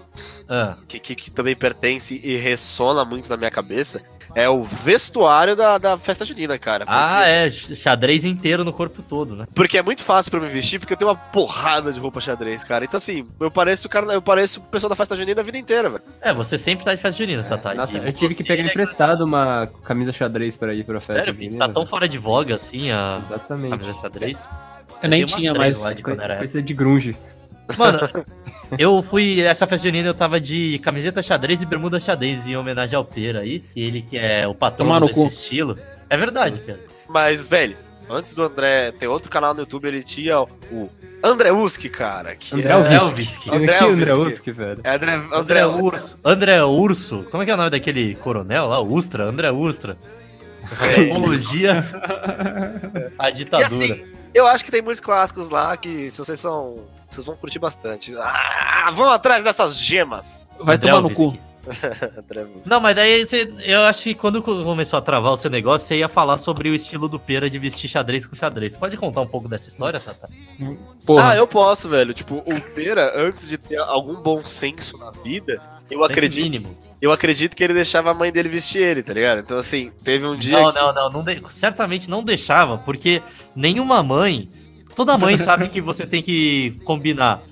Ah, que, que, que também pertence e ressona muito na minha cabeça, é o vestuário da, da festa junina, cara. Ah, é, ch- xadrez inteiro no corpo todo, né? Porque é muito fácil pra eu me vestir, porque eu tenho uma porrada de roupa xadrez, cara. Então, assim, eu pareço o cara, eu pareço o pessoal da festa junina a vida inteira, velho. É, você sempre tá de festa junina, Tatá. Nossa, E eu tive que você pegar é- emprestado uma camisa xadrez pra ir pra né? festa. Sério, Vini, junina, tá tão velho. fora de voga assim a Exatamente. camisa xadrez? Eu nem vi umas tinha três mais. lá de quando era Coisa de grunge. Mano, eu fui. Essa festa junina eu tava de camiseta xadrez e bermuda xadrez em homenagem ao Pera aí. E ele que é o Tomar patrão no desse cu. estilo. É verdade, Pera. Mas, velho, antes do André ter outro canal no YouTube, ele tinha o André Uski, cara. Que André é... Uski. Elvisk. André Que André Elvisk. Elvisk, velho. É André, André, André Urso. André Urso. Como é que é o nome daquele coronel lá? Ustra? André Ustra. Ei. Apologia é. à E ditadura. assim, eu acho que tem muitos clássicos lá que, se vocês são. Vocês vão curtir bastante. Ah, vão atrás dessas gemas. Vai André tomar no Elvisk. cu. André Uski. Não, mas daí você- eu acho que quando começou a travar o seu negócio, você ia falar sobre o estilo do Pera de vestir xadrez com xadrez. Pode contar um pouco dessa história, Tata? Porra. Ah, eu posso, velho. Tipo, o Pera, antes de ter algum bom senso na vida, eu acredito, Mínimo. eu acredito que ele deixava a mãe dele vestir ele, tá ligado? Então, assim, teve um dia. Não, que- não, não, não de- certamente não deixava, porque nenhuma mãe, toda mãe sabe que você tem que combinar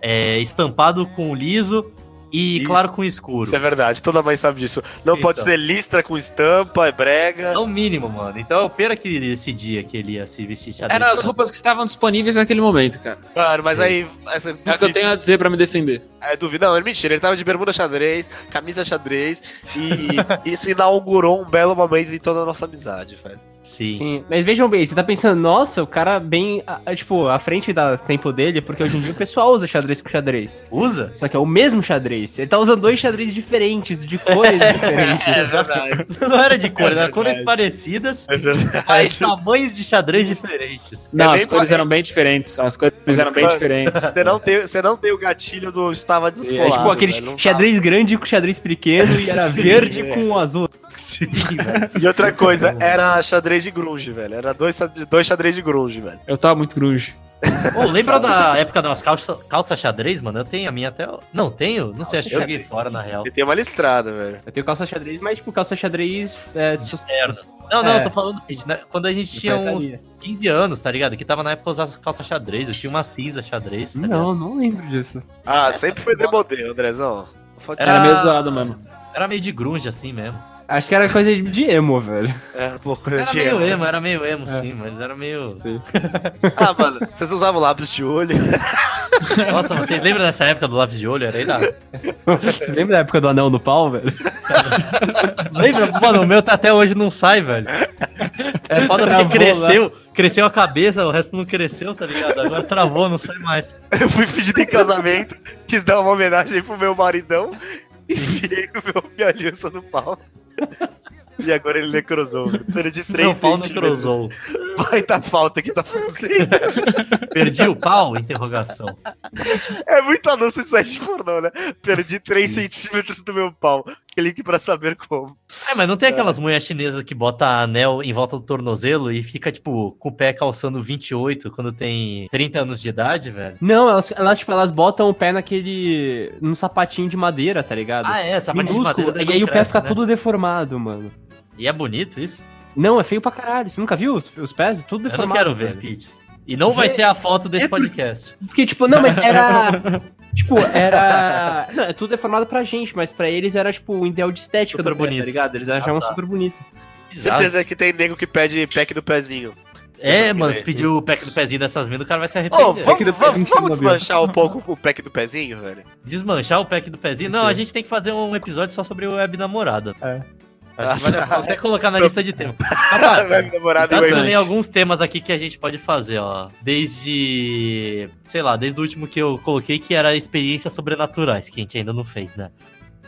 é, estampado com liso e Isso. claro com escuro. Isso é verdade, toda mãe sabe disso. Não Então. pode ser listra com estampa, é brega. É o mínimo, mano. Então, o pera que decidia que ele ia se vestir de xadrez. Eram as roupas que estavam disponíveis naquele momento, cara. Claro, mas aí. Essa, É o que eu tenho a dizer pra me defender. É, duvido. Não, é mentira. Ele tava de bermuda xadrez, camisa xadrez, e isso inaugurou um belo momento em toda a nossa amizade, velho. Sim. Sim, mas vejam bem, você tá pensando, nossa, o cara bem, a- a- tipo, à frente da tempo dele, porque hoje em dia o pessoal usa xadrez com xadrez. Usa? Só que é o mesmo xadrez. Ele tá usando dois xadrez diferentes, de cores É. diferentes. verdade. Não era de cor, É eram cores verdade. parecidas, É mas verdade. tamanhos de xadrez diferentes. Não, bem as cores pa- eram bem diferentes. As cores eram bem Mano. diferentes. Você não, tem, você não tem o gatilho do estava É descolado. tipo aquele velho, não xadrez grande com xadrez pequeno e era Sim, verde é. com azul. tava. E outra coisa, era xadrez de grunge, velho. Era dois, xa- dois xadrez de grunge, velho. Eu tava muito grunge. Ô, lembra da época das calças calça xadrez, mano? Eu tenho a minha até. Não, tenho? Não sei, acho que eu joguei fora, na real. Ele tem uma listrada, velho. Eu tenho calça xadrez, mas tipo, calça xadrez é, sus- Merda. Não, não, É. eu tô falando gente, né, quando a gente tinha uns 15 anos, tá ligado? Que tava na época usar calça xadrez, eu tinha uma cinza xadrez, tá ligado? Não, não lembro disso. Ah, sempre foi demodê, Andrezão. Foda- Era Era- meio zoado mesmo. Era meio de grunge assim mesmo. Acho que era coisa de- de emo, velho. É, um pouco coisa Era de meio emo. emo, era meio emo, É. sim, mas era meio. Ah, mano, vocês não usavam lápis de olho? Nossa, vocês lembram dessa época do lápis de olho? Era irado. Você lembra da época do anel no pau, velho? Lembra? Mano, o meu tá até hoje não sai, velho. É foda Travou porque cresceu, cresceu a cabeça, o resto não cresceu, tá ligado? Agora travou, não sai mais. Eu fui pedido em casamento, quis dar uma homenagem pro meu maridão, enfiei o meu, minha aliança no pau. E agora ele necrosou. velho. Perdi Meu 3 pau não centímetros. cruzou. Baita falta que tá fazendo. Perdi o pau? Interrogação. É muito anúncio de site pornô, né? Perdi 3 centímetros do meu pau. Clique pra saber como. É, mas não tem aquelas mulheres chinesas que bota anel em volta do tornozelo e fica, tipo, com o pé calçando 28 quando tem 30 anos de idade, velho? Não, elas, elas, tipo, elas botam o pé naquele. num sapatinho de madeira, tá ligado? Ah, é, sapatinho de Minúsculo. madeira e aí não o pé cresce, fica né? tudo deformado, mano. E é bonito isso? Não, é feio pra caralho. Você nunca viu os, os pés? Tudo Eu não deformado. quero ver, velho. Pete. E não vai Vê- ser a foto desse podcast. Porque, tipo, não, mas era. tipo, era. Não, é tudo deformado pra gente, mas pra eles era, tipo, o ideal de estética Super do pé, bonito. tá ligado? Eles achavam tá. super bonito. Bizarro. Certeza que tem nego que pede pack do pezinho. É, mano, se pedir o pack do pezinho dessas minas, o cara vai Ô, se arrepender. vamos, do pezinho vamos, que vamos não viu. desmanchar um pouco o pack do pezinho, velho? Desmanchar o pack do pezinho? Não, a gente tem que fazer um episódio só sobre o web namorada. É. Acho que vale a pena até colocar na lista de tema. Mas, Ah, cara, velho, Tá namorado Eu e adicionei o Tá alguns temas aqui que a gente pode fazer, ó. Desde. sei lá, desde o último que eu coloquei, que era experiências sobrenaturais, que a gente ainda não fez, né?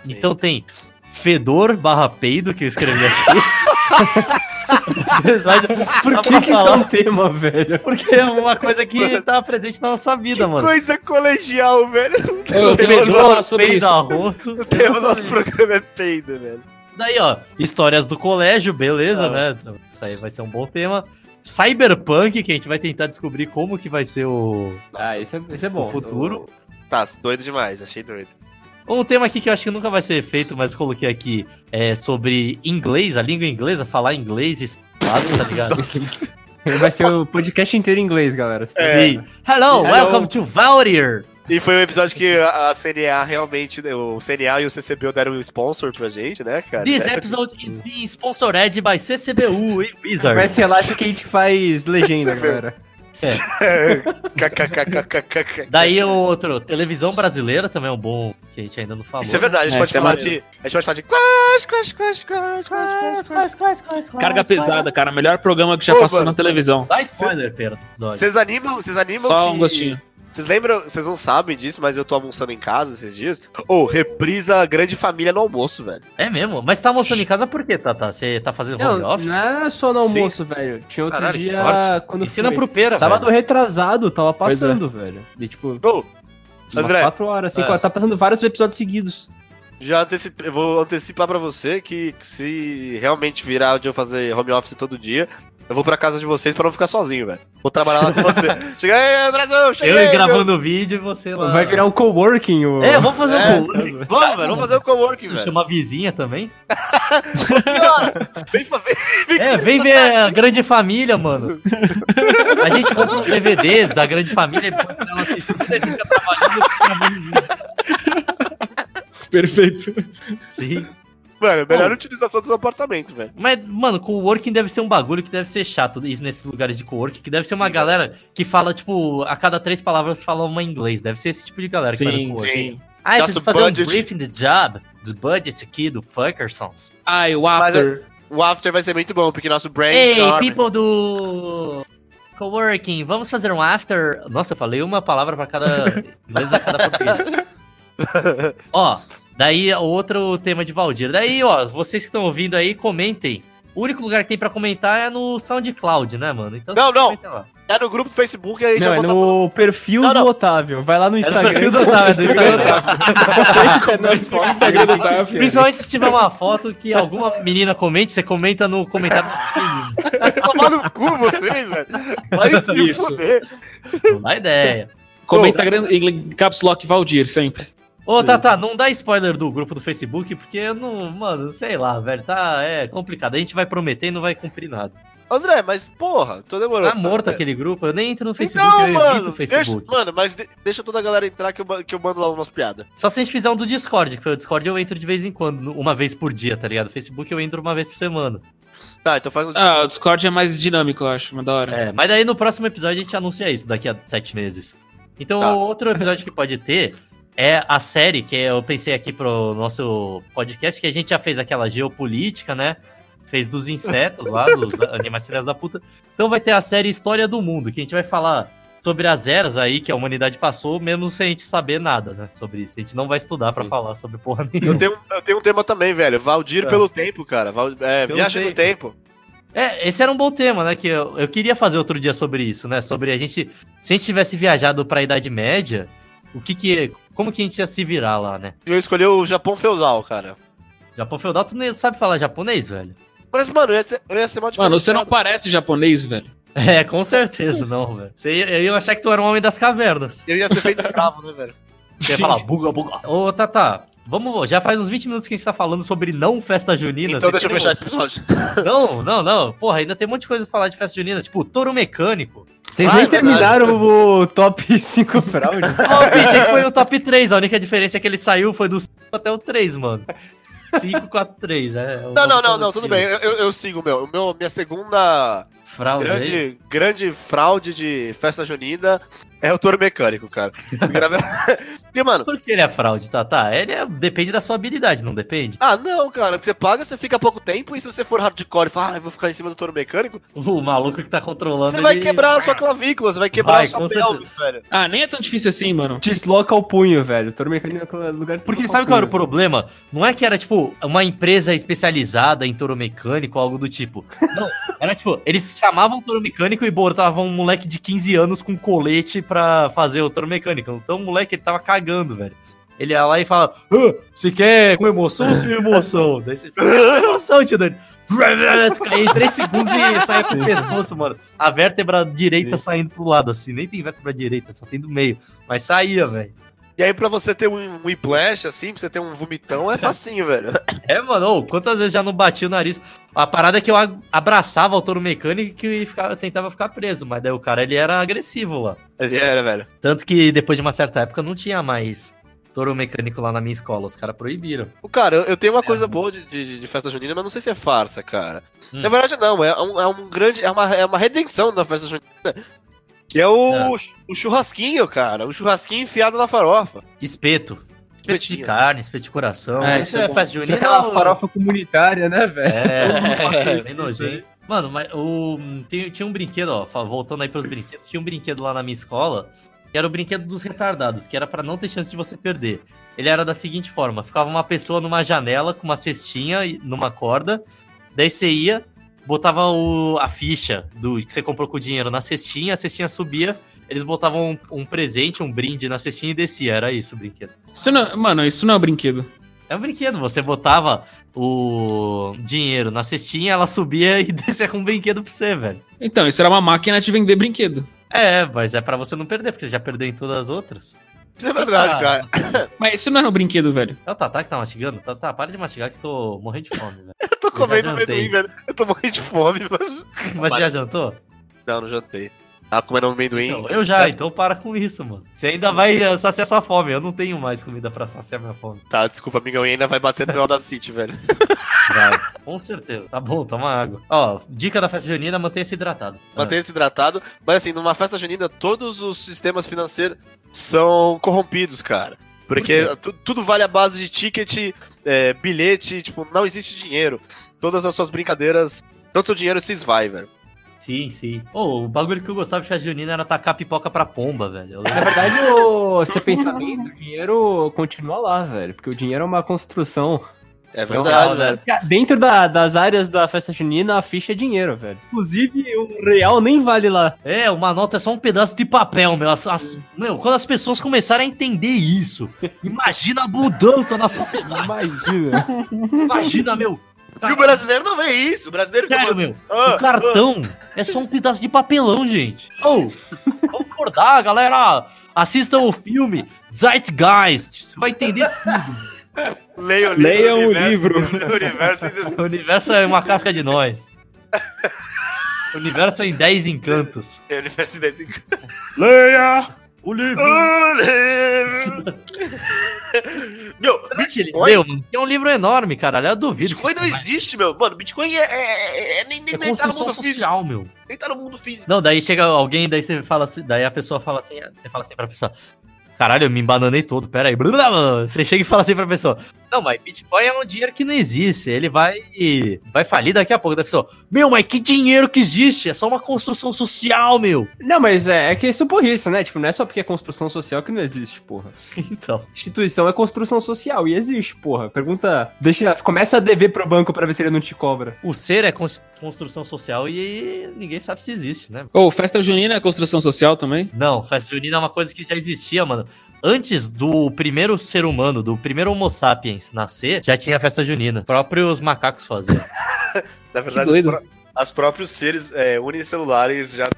Então tem fedor barra peido, que eu escrevi aqui. Vocês fazem- Por só que pra que isso é falar, um tema, velho? Porque é uma coisa que tá presente na nossa vida, mano. Coisa colegial, velho. Eu tenho Fedor, uma hora sobre peido isso. arroto. O nosso programa é peido, velho. Daí, ó, histórias do colégio, beleza, Ah. né? Então, Isso aí vai ser um bom tema. Cyberpunk, que a gente vai tentar descobrir como que vai ser o, Ah, esse é, esse é o bom. futuro. Tá, doido demais, achei doido. Um tema aqui que eu acho que nunca vai ser feito, mas coloquei aqui, é sobre inglês, a língua inglesa, falar inglês, e claro, tá ligado? Vai ser o podcast inteiro em inglês, galera. É. Sim. Hello, welcome to Valdir. E foi um episódio que a a CNA realmente, né, o CNA e o CCB deram um sponsor pra gente, né, cara? This episode is being sponsored by CCBU e Wizard. Mas relaxa que a gente faz legenda, galera. É, KKKKKK. É. Daí o outro, televisão brasileira também é um bom, que a gente ainda não falou. Isso é verdade, a gente É, pode isso é falar de. maneiro. A gente pode falar de. Quash, quash, quash, quash, quash, quash, quash. Carga pesada, cara. Melhor programa que já Pô, passou mano. na televisão. Dá spoiler, Pedro. Dói. Vocês animam, vocês animam. Só um que- gostinho. Vocês lembram, vocês não sabem disso, mas eu tô almoçando em casa esses dias. Ô, reprisa a grande família no almoço, velho. É mesmo? Mas tá almoçando em casa por quê, Tata? Você tá fazendo Não, home não office? é só no almoço, velho. Tinha outro Caralho, que dia sorte. quando Ensina foi. pro Pera, Sábado velho. retrasado, tava Pois é. passando, velho. De tipo, Ô, umas André. 4 horas, 5 É. horas. Tá passando vários episódios seguidos. já antecipe- eu vou antecipar pra você que se realmente virar de eu fazer home office todo dia, eu vou pra casa de vocês pra não ficar sozinho, velho. Vou trabalhar lá com você. Chega aí, Andrezão, cheguei! Eu meu. gravando o vídeo e você lá. Vai virar um coworking, o. É, vamos fazer É, um coworking. Vamos, velho, vamos fazer o coworking, Vamos velho. chamar a vizinha também. Senhora, vem pra ver. É, vem ver a Grande Família, mano. A gente compra um DVD da Grande Família e põe pra ela assistir. Daí fica trabalhando, fica muito- Perfeito. Sim. Mano, melhor utilização dos apartamentos, velho. Mas, mano, coworking deve ser um bagulho que deve ser chato isso nesses lugares de coworking, que deve ser uma galera que fala, tipo, a cada três palavras fala uma em inglês. Deve ser esse tipo de galera que vai no Sim, coworking. sim. Ah, eu Nosso preciso fazer budget. um briefing do job, do budget aqui, do Fuckersons. Ai, o Mas After. O after vai ser muito bom, porque nosso Ei, brainstorm... people do coworking, vamos fazer um after. Nossa, eu falei uma palavra pra cada inglês a cada português. ó, daí é outro tema de Valdir. Daí, ó, vocês que estão ouvindo aí, comentem. O único lugar que tem pra comentar é no SoundCloud, né, mano? Então, Não, vocês não. comentem lá. É no grupo do Facebook, aí Não, já é um bota no perfil Não, não. do Otávio. Vai lá no É no Instagram. perfil do Otávio, do Instagram do Otávio. É no Instagram do Otávio. Principalmente se tiver uma foto que alguma menina comente, você comenta no comentário. tomar no cu vocês, velho. Vai se Isso. fuder. Não dá ideia. Comenta grande, em caps lock Valdir, sempre. Ô, Tata, não dá spoiler do grupo do Facebook, porque eu não. Mano, sei lá, velho. Tá é complicado. A gente vai prometer e não vai cumprir nada. André, mas porra, tô demorando. Tá morto aquele grupo. Eu nem entro no Facebook, É. então, eu evito mano, o deixa, Facebook. mano, mas de- deixa toda a galera entrar que eu, ma- que eu mando lá umas piadas. Só se a gente fizer um do Discord, que pelo Discord eu entro de vez em quando, no- uma vez por dia, tá ligado? Facebook eu entro uma vez por semana. Tá, então faz um. Ah, o Discord é mais dinâmico, eu acho, mas da hora. É, mas daí no próximo episódio a gente anuncia isso, daqui a sete meses. Então, Tá. outro episódio que pode ter é a série que eu pensei aqui pro nosso podcast, que a gente já fez aquela geopolítica, né? Fez dos insetos lá, dos animais filhas da puta. Então vai ter a série História do Mundo, que a gente vai falar sobre as eras aí que a humanidade passou, mesmo sem a gente saber nada, né? Sobre isso. A gente não vai estudar pra Sim. falar sobre porra Eu nenhuma. tenho, eu tenho um tema também, velho. Valdir Tá. pelo tempo, cara. Val, é, Pelo viagem no tempo. É, esse era um bom tema, né? Que eu, eu queria fazer outro dia sobre isso, né? Sobre a gente. Se a gente tivesse viajado pra Idade Média, o que que. Como que a gente ia se virar lá, né? Eu escolhi o Japão feudal, cara. Japão feudal, tu nem sabe falar japonês, velho? Mas, mano, eu ia ser, eu ia ser mal Mano, você não diferenciado. parece japonês, velho. É, com certeza não, velho. Você ia, eu ia achar que tu era um homem das cavernas. Eu ia ser feito escravo, né, velho? Você ia Sim. falar buga, buga. Ô, Tata, vamos. Já faz uns 20 minutos que a gente tá falando sobre não festa junina. Então vocês deixa eu querem fechar esse episódio. um- Não, não, não. Porra, ainda tem um monte de coisa pra falar de festa junina, tipo touro mecânico. Vocês Ah, nem é verdade. terminaram o top 5 fraudes. Top, tinha que foi o top 3. A única diferença é que ele saiu foi do 5 até o 3, mano. 5, 4, 3. É, Não, não, não, não, tudo bem. Eu, eu, eu sigo o meu. O meu. Minha Ah, segunda Fraude. aí. Grande, grande fraude de festa junina é o touro mecânico, cara. Grave- e, mano, Por que ele é fraude, tá? Tá, ele é- depende da sua habilidade, não depende? ah, não, cara, porque você paga, você fica pouco tempo, e se você for hardcore e falar, ah, eu vou ficar em cima do touro mecânico, O maluco que tá controlando você vai ele- quebrar a sua clavícula, você vai quebrar Vai, a sua com pelve, velho. Ah, nem é tão difícil assim, mano. Desloca o punho, velho. Toro mecânico é lugar de Porque deslocar sabe qual era o punho. problema? Não é que era, tipo, uma empresa especializada em touro mecânico, algo do tipo. Não, era tipo, eles chamavam touro mecânico e botavam um moleque de 15 anos com colete pra fazer o touro mecânico. Então o moleque, ele tava cagando, velho. Ele ia lá e fala, "Ah, você quer com emoção ou sem emoção? Daí você fala, com emoção, tio Dani. tu cai em 3 segundos e sai com o pescoço, mano. A vértebra direita saindo pro lado, assim. Nem tem vértebra direita, só tem do meio. Mas saía, velho. E aí, pra você ter um whiplash, assim, pra você ter um vomitão, é facinho, velho. É, mano, ô, quantas vezes já não bati o nariz. A parada é que eu a- abraçava o touro mecânico e ficava, tentava ficar preso, mas daí o cara ele era agressivo lá. Ele era, velho. Tanto que depois de uma certa época não tinha mais touro mecânico lá na minha escola, os caras proibiram. Ô, Cara, eu, eu tenho É. uma coisa boa de, de- de festa junina, mas não sei se é farsa, cara. Hum. Na verdade, não. É um, é um grande. É uma, é uma redenção da festa junina. Que é o, o churrasquinho, cara. O churrasquinho enfiado na farofa. Espeto. Espeto de Espetinho. carne, espeto de coração. É, isso isso é é bom. festa junina. Aquela ou- farofa comunitária, né, velho? É, bem nojento. Mano, mas o, tem- tinha um brinquedo, ó, fa- voltando aí pros brinquedos, tinha um brinquedo lá na minha escola, que era o brinquedo dos retardados, que era pra não ter chance de você perder. Ele era da seguinte forma, ficava uma pessoa numa janela com uma cestinha e- numa corda, daí você ia, botava o- a ficha do que você comprou com o dinheiro na cestinha, a cestinha subia, eles botavam um, um presente, um brinde na cestinha e descia, era isso o brinquedo. Isso não, mano, isso não é um brinquedo. É um brinquedo, você botava o dinheiro na cestinha, ela subia e descia com um brinquedo pra você, velho. Então, isso era uma máquina de vender brinquedo. É, mas é pra você não perder, porque você já perdeu em todas as outras. Isso é verdade, Ah, cara. você- Mas isso não era um brinquedo, velho. É o Tatá que tá mastigando? Tatá, para de mastigar que eu tô morrendo de fome, velho. Eu tô já comendo jantei. amendoim, velho. Eu tô morrendo de fome, mano. Mas você já jantou? Não, não jantei. Ah, comendo amendoim. Então, eu já, então para com isso, mano. Você ainda vai eh, saciar sua fome, eu não tenho mais comida pra saciar minha fome. Tá, desculpa, amigão. E ainda vai bater no Audacity, velho. Vai. com certeza. Tá bom, toma água. Ó, dica da festa junina, mantenha-se hidratado. Mantenha-se hidratado. Mas assim, numa festa junina, todos os sistemas financeiros são corrompidos, cara. Porque tu- tudo vale à base de ticket, é, bilhete, tipo, não existe dinheiro. Todas as suas brincadeiras, todo seu dinheiro se esvai, velho. Sim, sim. Ô, o bagulho que eu gostava de festa junina era tacar pipoca pra pomba, velho. Eu lembro. Na verdade, o, você pensar bem, o dinheiro continua lá, velho. Porque o dinheiro é uma construção. Então, É real, verdade, né? velho. Dentro da- das áreas da festa junina, a ficha é dinheiro, velho. Inclusive, o real nem vale lá. É, uma nota é só um pedaço de papel, meu. As- as- meu, quando as pessoas começarem a entender isso, imagina a mudança na sociedade. Imagina. Imagina, meu. E o brasileiro não vê isso. O brasileiro Tá. Sério, meu. Ah, O cartão é só um pedaço de papelão, gente. Ou, vamos acordar, galera. Assistam o filme Zeitgeist. Você vai entender. ah, leia o livro. Leia o universo- livro. universo e des- O universo é uma casca de nós. O universo é em 10 encantos. universo e des- Leia! O livro. O livro. Meu, Será que ele Bitcoin, leu, mano? É um livro enorme, caralho. Eu duvido. Bitcoin não existe, meu. Mano, Bitcoin é, é, é- é- nem, nem, É nem tá no construção mundo físico. social, meu. Nem tá no mundo físico. Não, daí chega alguém, daí você fala assim, daí a pessoa fala assim, você fala assim pra pessoa, caralho, eu me embananei todo, pera aí. Blá, blá, blá. Você chega e fala assim pra pessoa, não, mas Bitcoin é um dinheiro que não existe, ele vai vai falir daqui a pouco. Da pessoa, meu, mas que dinheiro que existe? É só uma construção social, meu. Não, mas é, é que isso é burrice, né? Tipo, não é só porque é construção social que não existe, porra. Então, Instituição é construção social e existe, porra. Pergunta. Deixa. Começa a dever pro banco pra ver se ele não te cobra. o ser é cons- construção social e ninguém sabe se existe, né? Ô, festa junina é construção social também? Não, festa junina é uma coisa que já existia, mano. Antes do primeiro ser humano, do primeiro Homo sapiens nascer, já tinha festa junina. Próprios macacos faziam. Na Que verdade, doido. as próprios seres é, unicelulares já.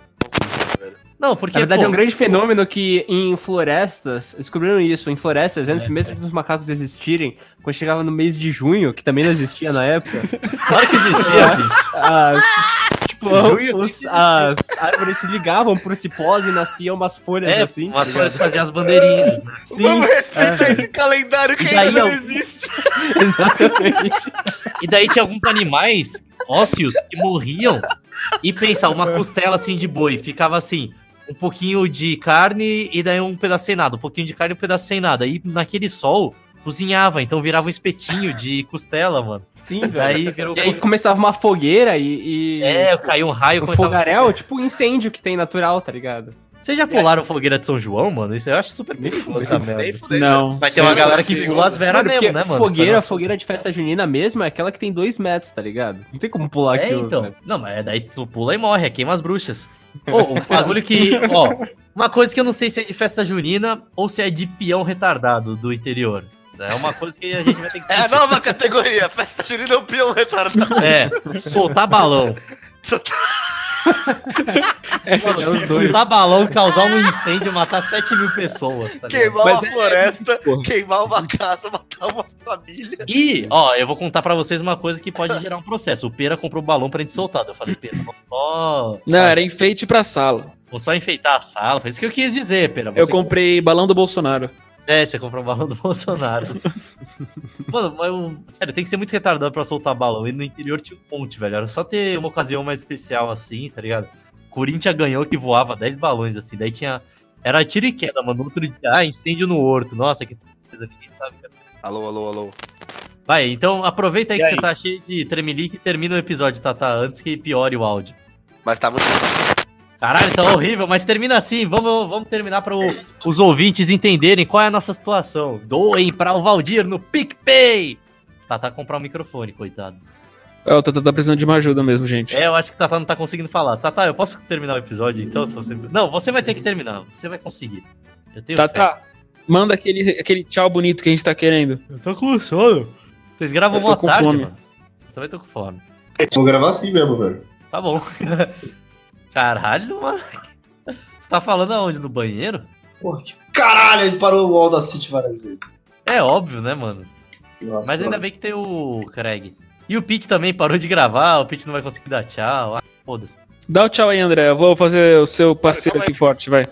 Não, porque. Na verdade, pô, é um grande fenômeno que em florestas, descobriram isso, em florestas, É, antes mesmo dos macacos existirem, quando chegava no mês de junho, que também não existia na época, Claro que existia, bicho. as, tipo, Ah, Junho assim, os- sempre as árvores se ligavam por cipós e nasciam umas folhas É, assim. umas coisas faziam as bandeirinhas, né? Vamos respeitar esse calendário que E daí ainda não eu- existe. exatamente. E daí tinha alguns animais ósseos que morriam e pensar, uma costela assim de boi, ficava assim, um pouquinho de carne e daí um pedaço sem nada, um pouquinho de carne e um pedaço sem nada. E naquele sol cozinhava, então virava um espetinho de costela, mano. Sim, velho. Daí virou. E aí começava uma fogueira e. e... É, caiu um raio. Um começava- fogaréu, tipo incêndio que tem natural, tá ligado? Vocês já pularam fogueira de São João, mano? Isso eu acho super Nem perigoso fudeu, essa nem merda. Não. Vai ter uma Sim, galera que sim. pula as veras Mano, porque mesmo, né, mano? Fogueira, Faz umas- fogueira de festa junina mesmo é aquela que tem dois metros, tá ligado? Não tem como pular É, aquilo. então. velho. Não, mas daí tu pula e morre, é queima as bruxas. Ô, o bagulho que. Ó, uma coisa que eu não sei se é de festa junina ou se é de peão retardado do interior. É uma coisa que a gente vai ter que É a nova categoria, festa junina é o peão retardado. É, soltar balão. Essa é os difícil. dois. Soltar balão, causar um incêndio, matar 7 mil pessoas. tá ligado? Queimar Mas uma é- floresta, Porra. queimar uma casa, matar uma família. E, ó, eu vou contar pra vocês uma coisa que pode gerar um processo. O Pera comprou o balão pra gente soltar. Eu falei, Pera, vamos só... Não, era enfeite pra sala. vou só enfeitar a sala. Foi isso que eu quis dizer, Pera. Você Eu comprei balão do Bolsonaro. É, você comprou o balão do Bolsonaro. Mano, mas eu- sério, tem que ser muito retardado pra soltar balão. E no interior tinha um monte, velho. Era só ter uma ocasião mais especial assim, tá ligado? Corinthians ganhou que voava 10 balões, assim. Daí tinha. Era tiro e queda, mano. No Outro dia, ah, incêndio no horto. Nossa, que tristeza, ninguém sabe. cara. Alô, alô, alô. Vai, então aproveita aí E que aí? você tá cheio de tremelique e termina o episódio, Tata, antes que piore o áudio. Mas tá muito. Caralho, tá horrível, mas termina assim. Vamos, vamos terminar para os ouvintes entenderem qual é a nossa situação. Doem para o Valdir no PicPay. Tatá comprar um microfone, coitado. É, o Tata tá precisando de uma ajuda mesmo, gente. É, eu acho que o Tatá não tá conseguindo falar. Tatá, eu posso terminar o episódio então? Se você... Não, você vai ter que terminar. Você vai conseguir. Eu tenho fé. Tata, manda aquele, aquele tchau bonito que a gente tá querendo. Eu tô com sono. Vocês gravam Eu tô uma com tarde, fome. mano. Eu também tô com fome. Vou gravar assim mesmo, velho. Tá bom. Caralho, mano. Você tá falando aonde? No banheiro? Porra, que caralho, ele parou o Audacity várias vezes. É óbvio, né, mano? Nossa, Mas ainda mano. bem que tem o Craig. E o Pete também parou de gravar, o Pete não vai conseguir dar tchau. Ah, foda-se. Dá o tchau aí, André. Eu vou fazer o seu parceiro aqui forte, vai.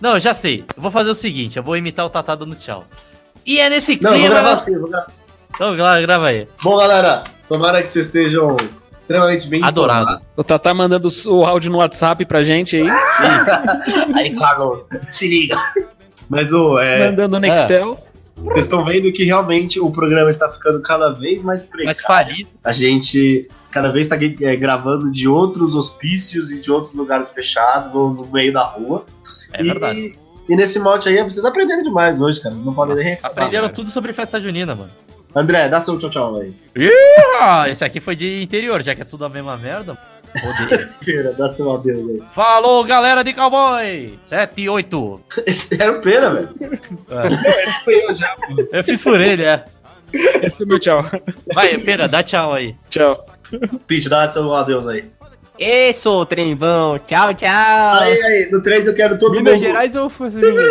Não, eu já sei. Eu vou fazer o seguinte, eu vou imitar o Tatá dando tchau. E é nesse Não, eu vou clima. gravar assim, eu vou gravar. Então gra- grava aí. Bom, galera, tomara que vocês estejam extremamente bem Adorado. O Tata mandando o s- o áudio no WhatsApp pra gente aí. informados. Aí, Carlos, É se liga. Mas, ô, é, Mandando o Nextel. É. vocês estão vendo que realmente o programa está ficando cada vez mais Mas precário. falido. A gente cada vez está gravando de outros hospícios e de outros lugares fechados ou no meio da rua. É e, verdade. E nesse mote aí, vocês aprenderam demais hoje, cara. Vocês não podem nem reclamar. Aprenderam tudo sobre festa junina, mano. André, dá seu tchau, tchau aí. Ah, esse aqui foi de interior, já que é tudo a mesma merda. Odeio. Pera, dá seu adeus aí. Falou, galera de cowboy! 7 e 8. Esse era o Pera, velho. Esse foi eu já. Eu fiz por ele, é. Esse foi meu tchau. Vai, pera, dá tchau aí. Tchau. Pete, dá seu adeus aí. Isso, trembão. Tchau, tchau. Aí, aí, no 3 eu quero todo Minas mundo. Gerais ou Força Mineira?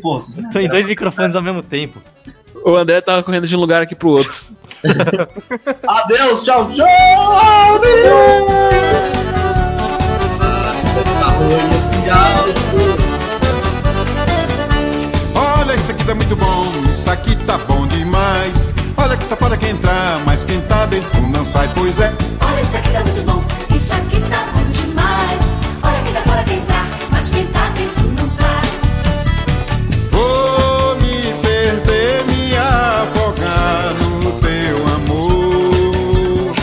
Pô, vocês- Tô em dois microfones ao mesmo tempo. O André tava correndo de um lugar aqui pro outro. Adeus, tchau, tchau! Arroz, tchau. Olha, isso aqui tá muito bom, isso aqui tá bom demais. Olha que tá para quem entrar, mas quem tá dentro não sai, pois é. Olha, isso aqui tá muito bom, isso aqui tá bom demais. Olha que dá fora pra entrar, mas quem tá dentro não sai. Vou me perder, me afogar no teu amor.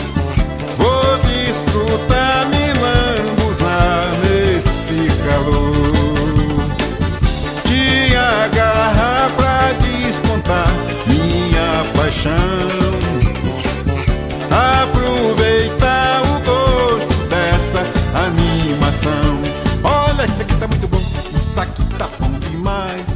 Vou desfrutar, me lambuzar nesse calor. Te agarrar pra descontar minha paixão. Aproveitar o gosto dessa animação. Olha, isso aqui tá muito bom, isso aqui tá bom demais. tá-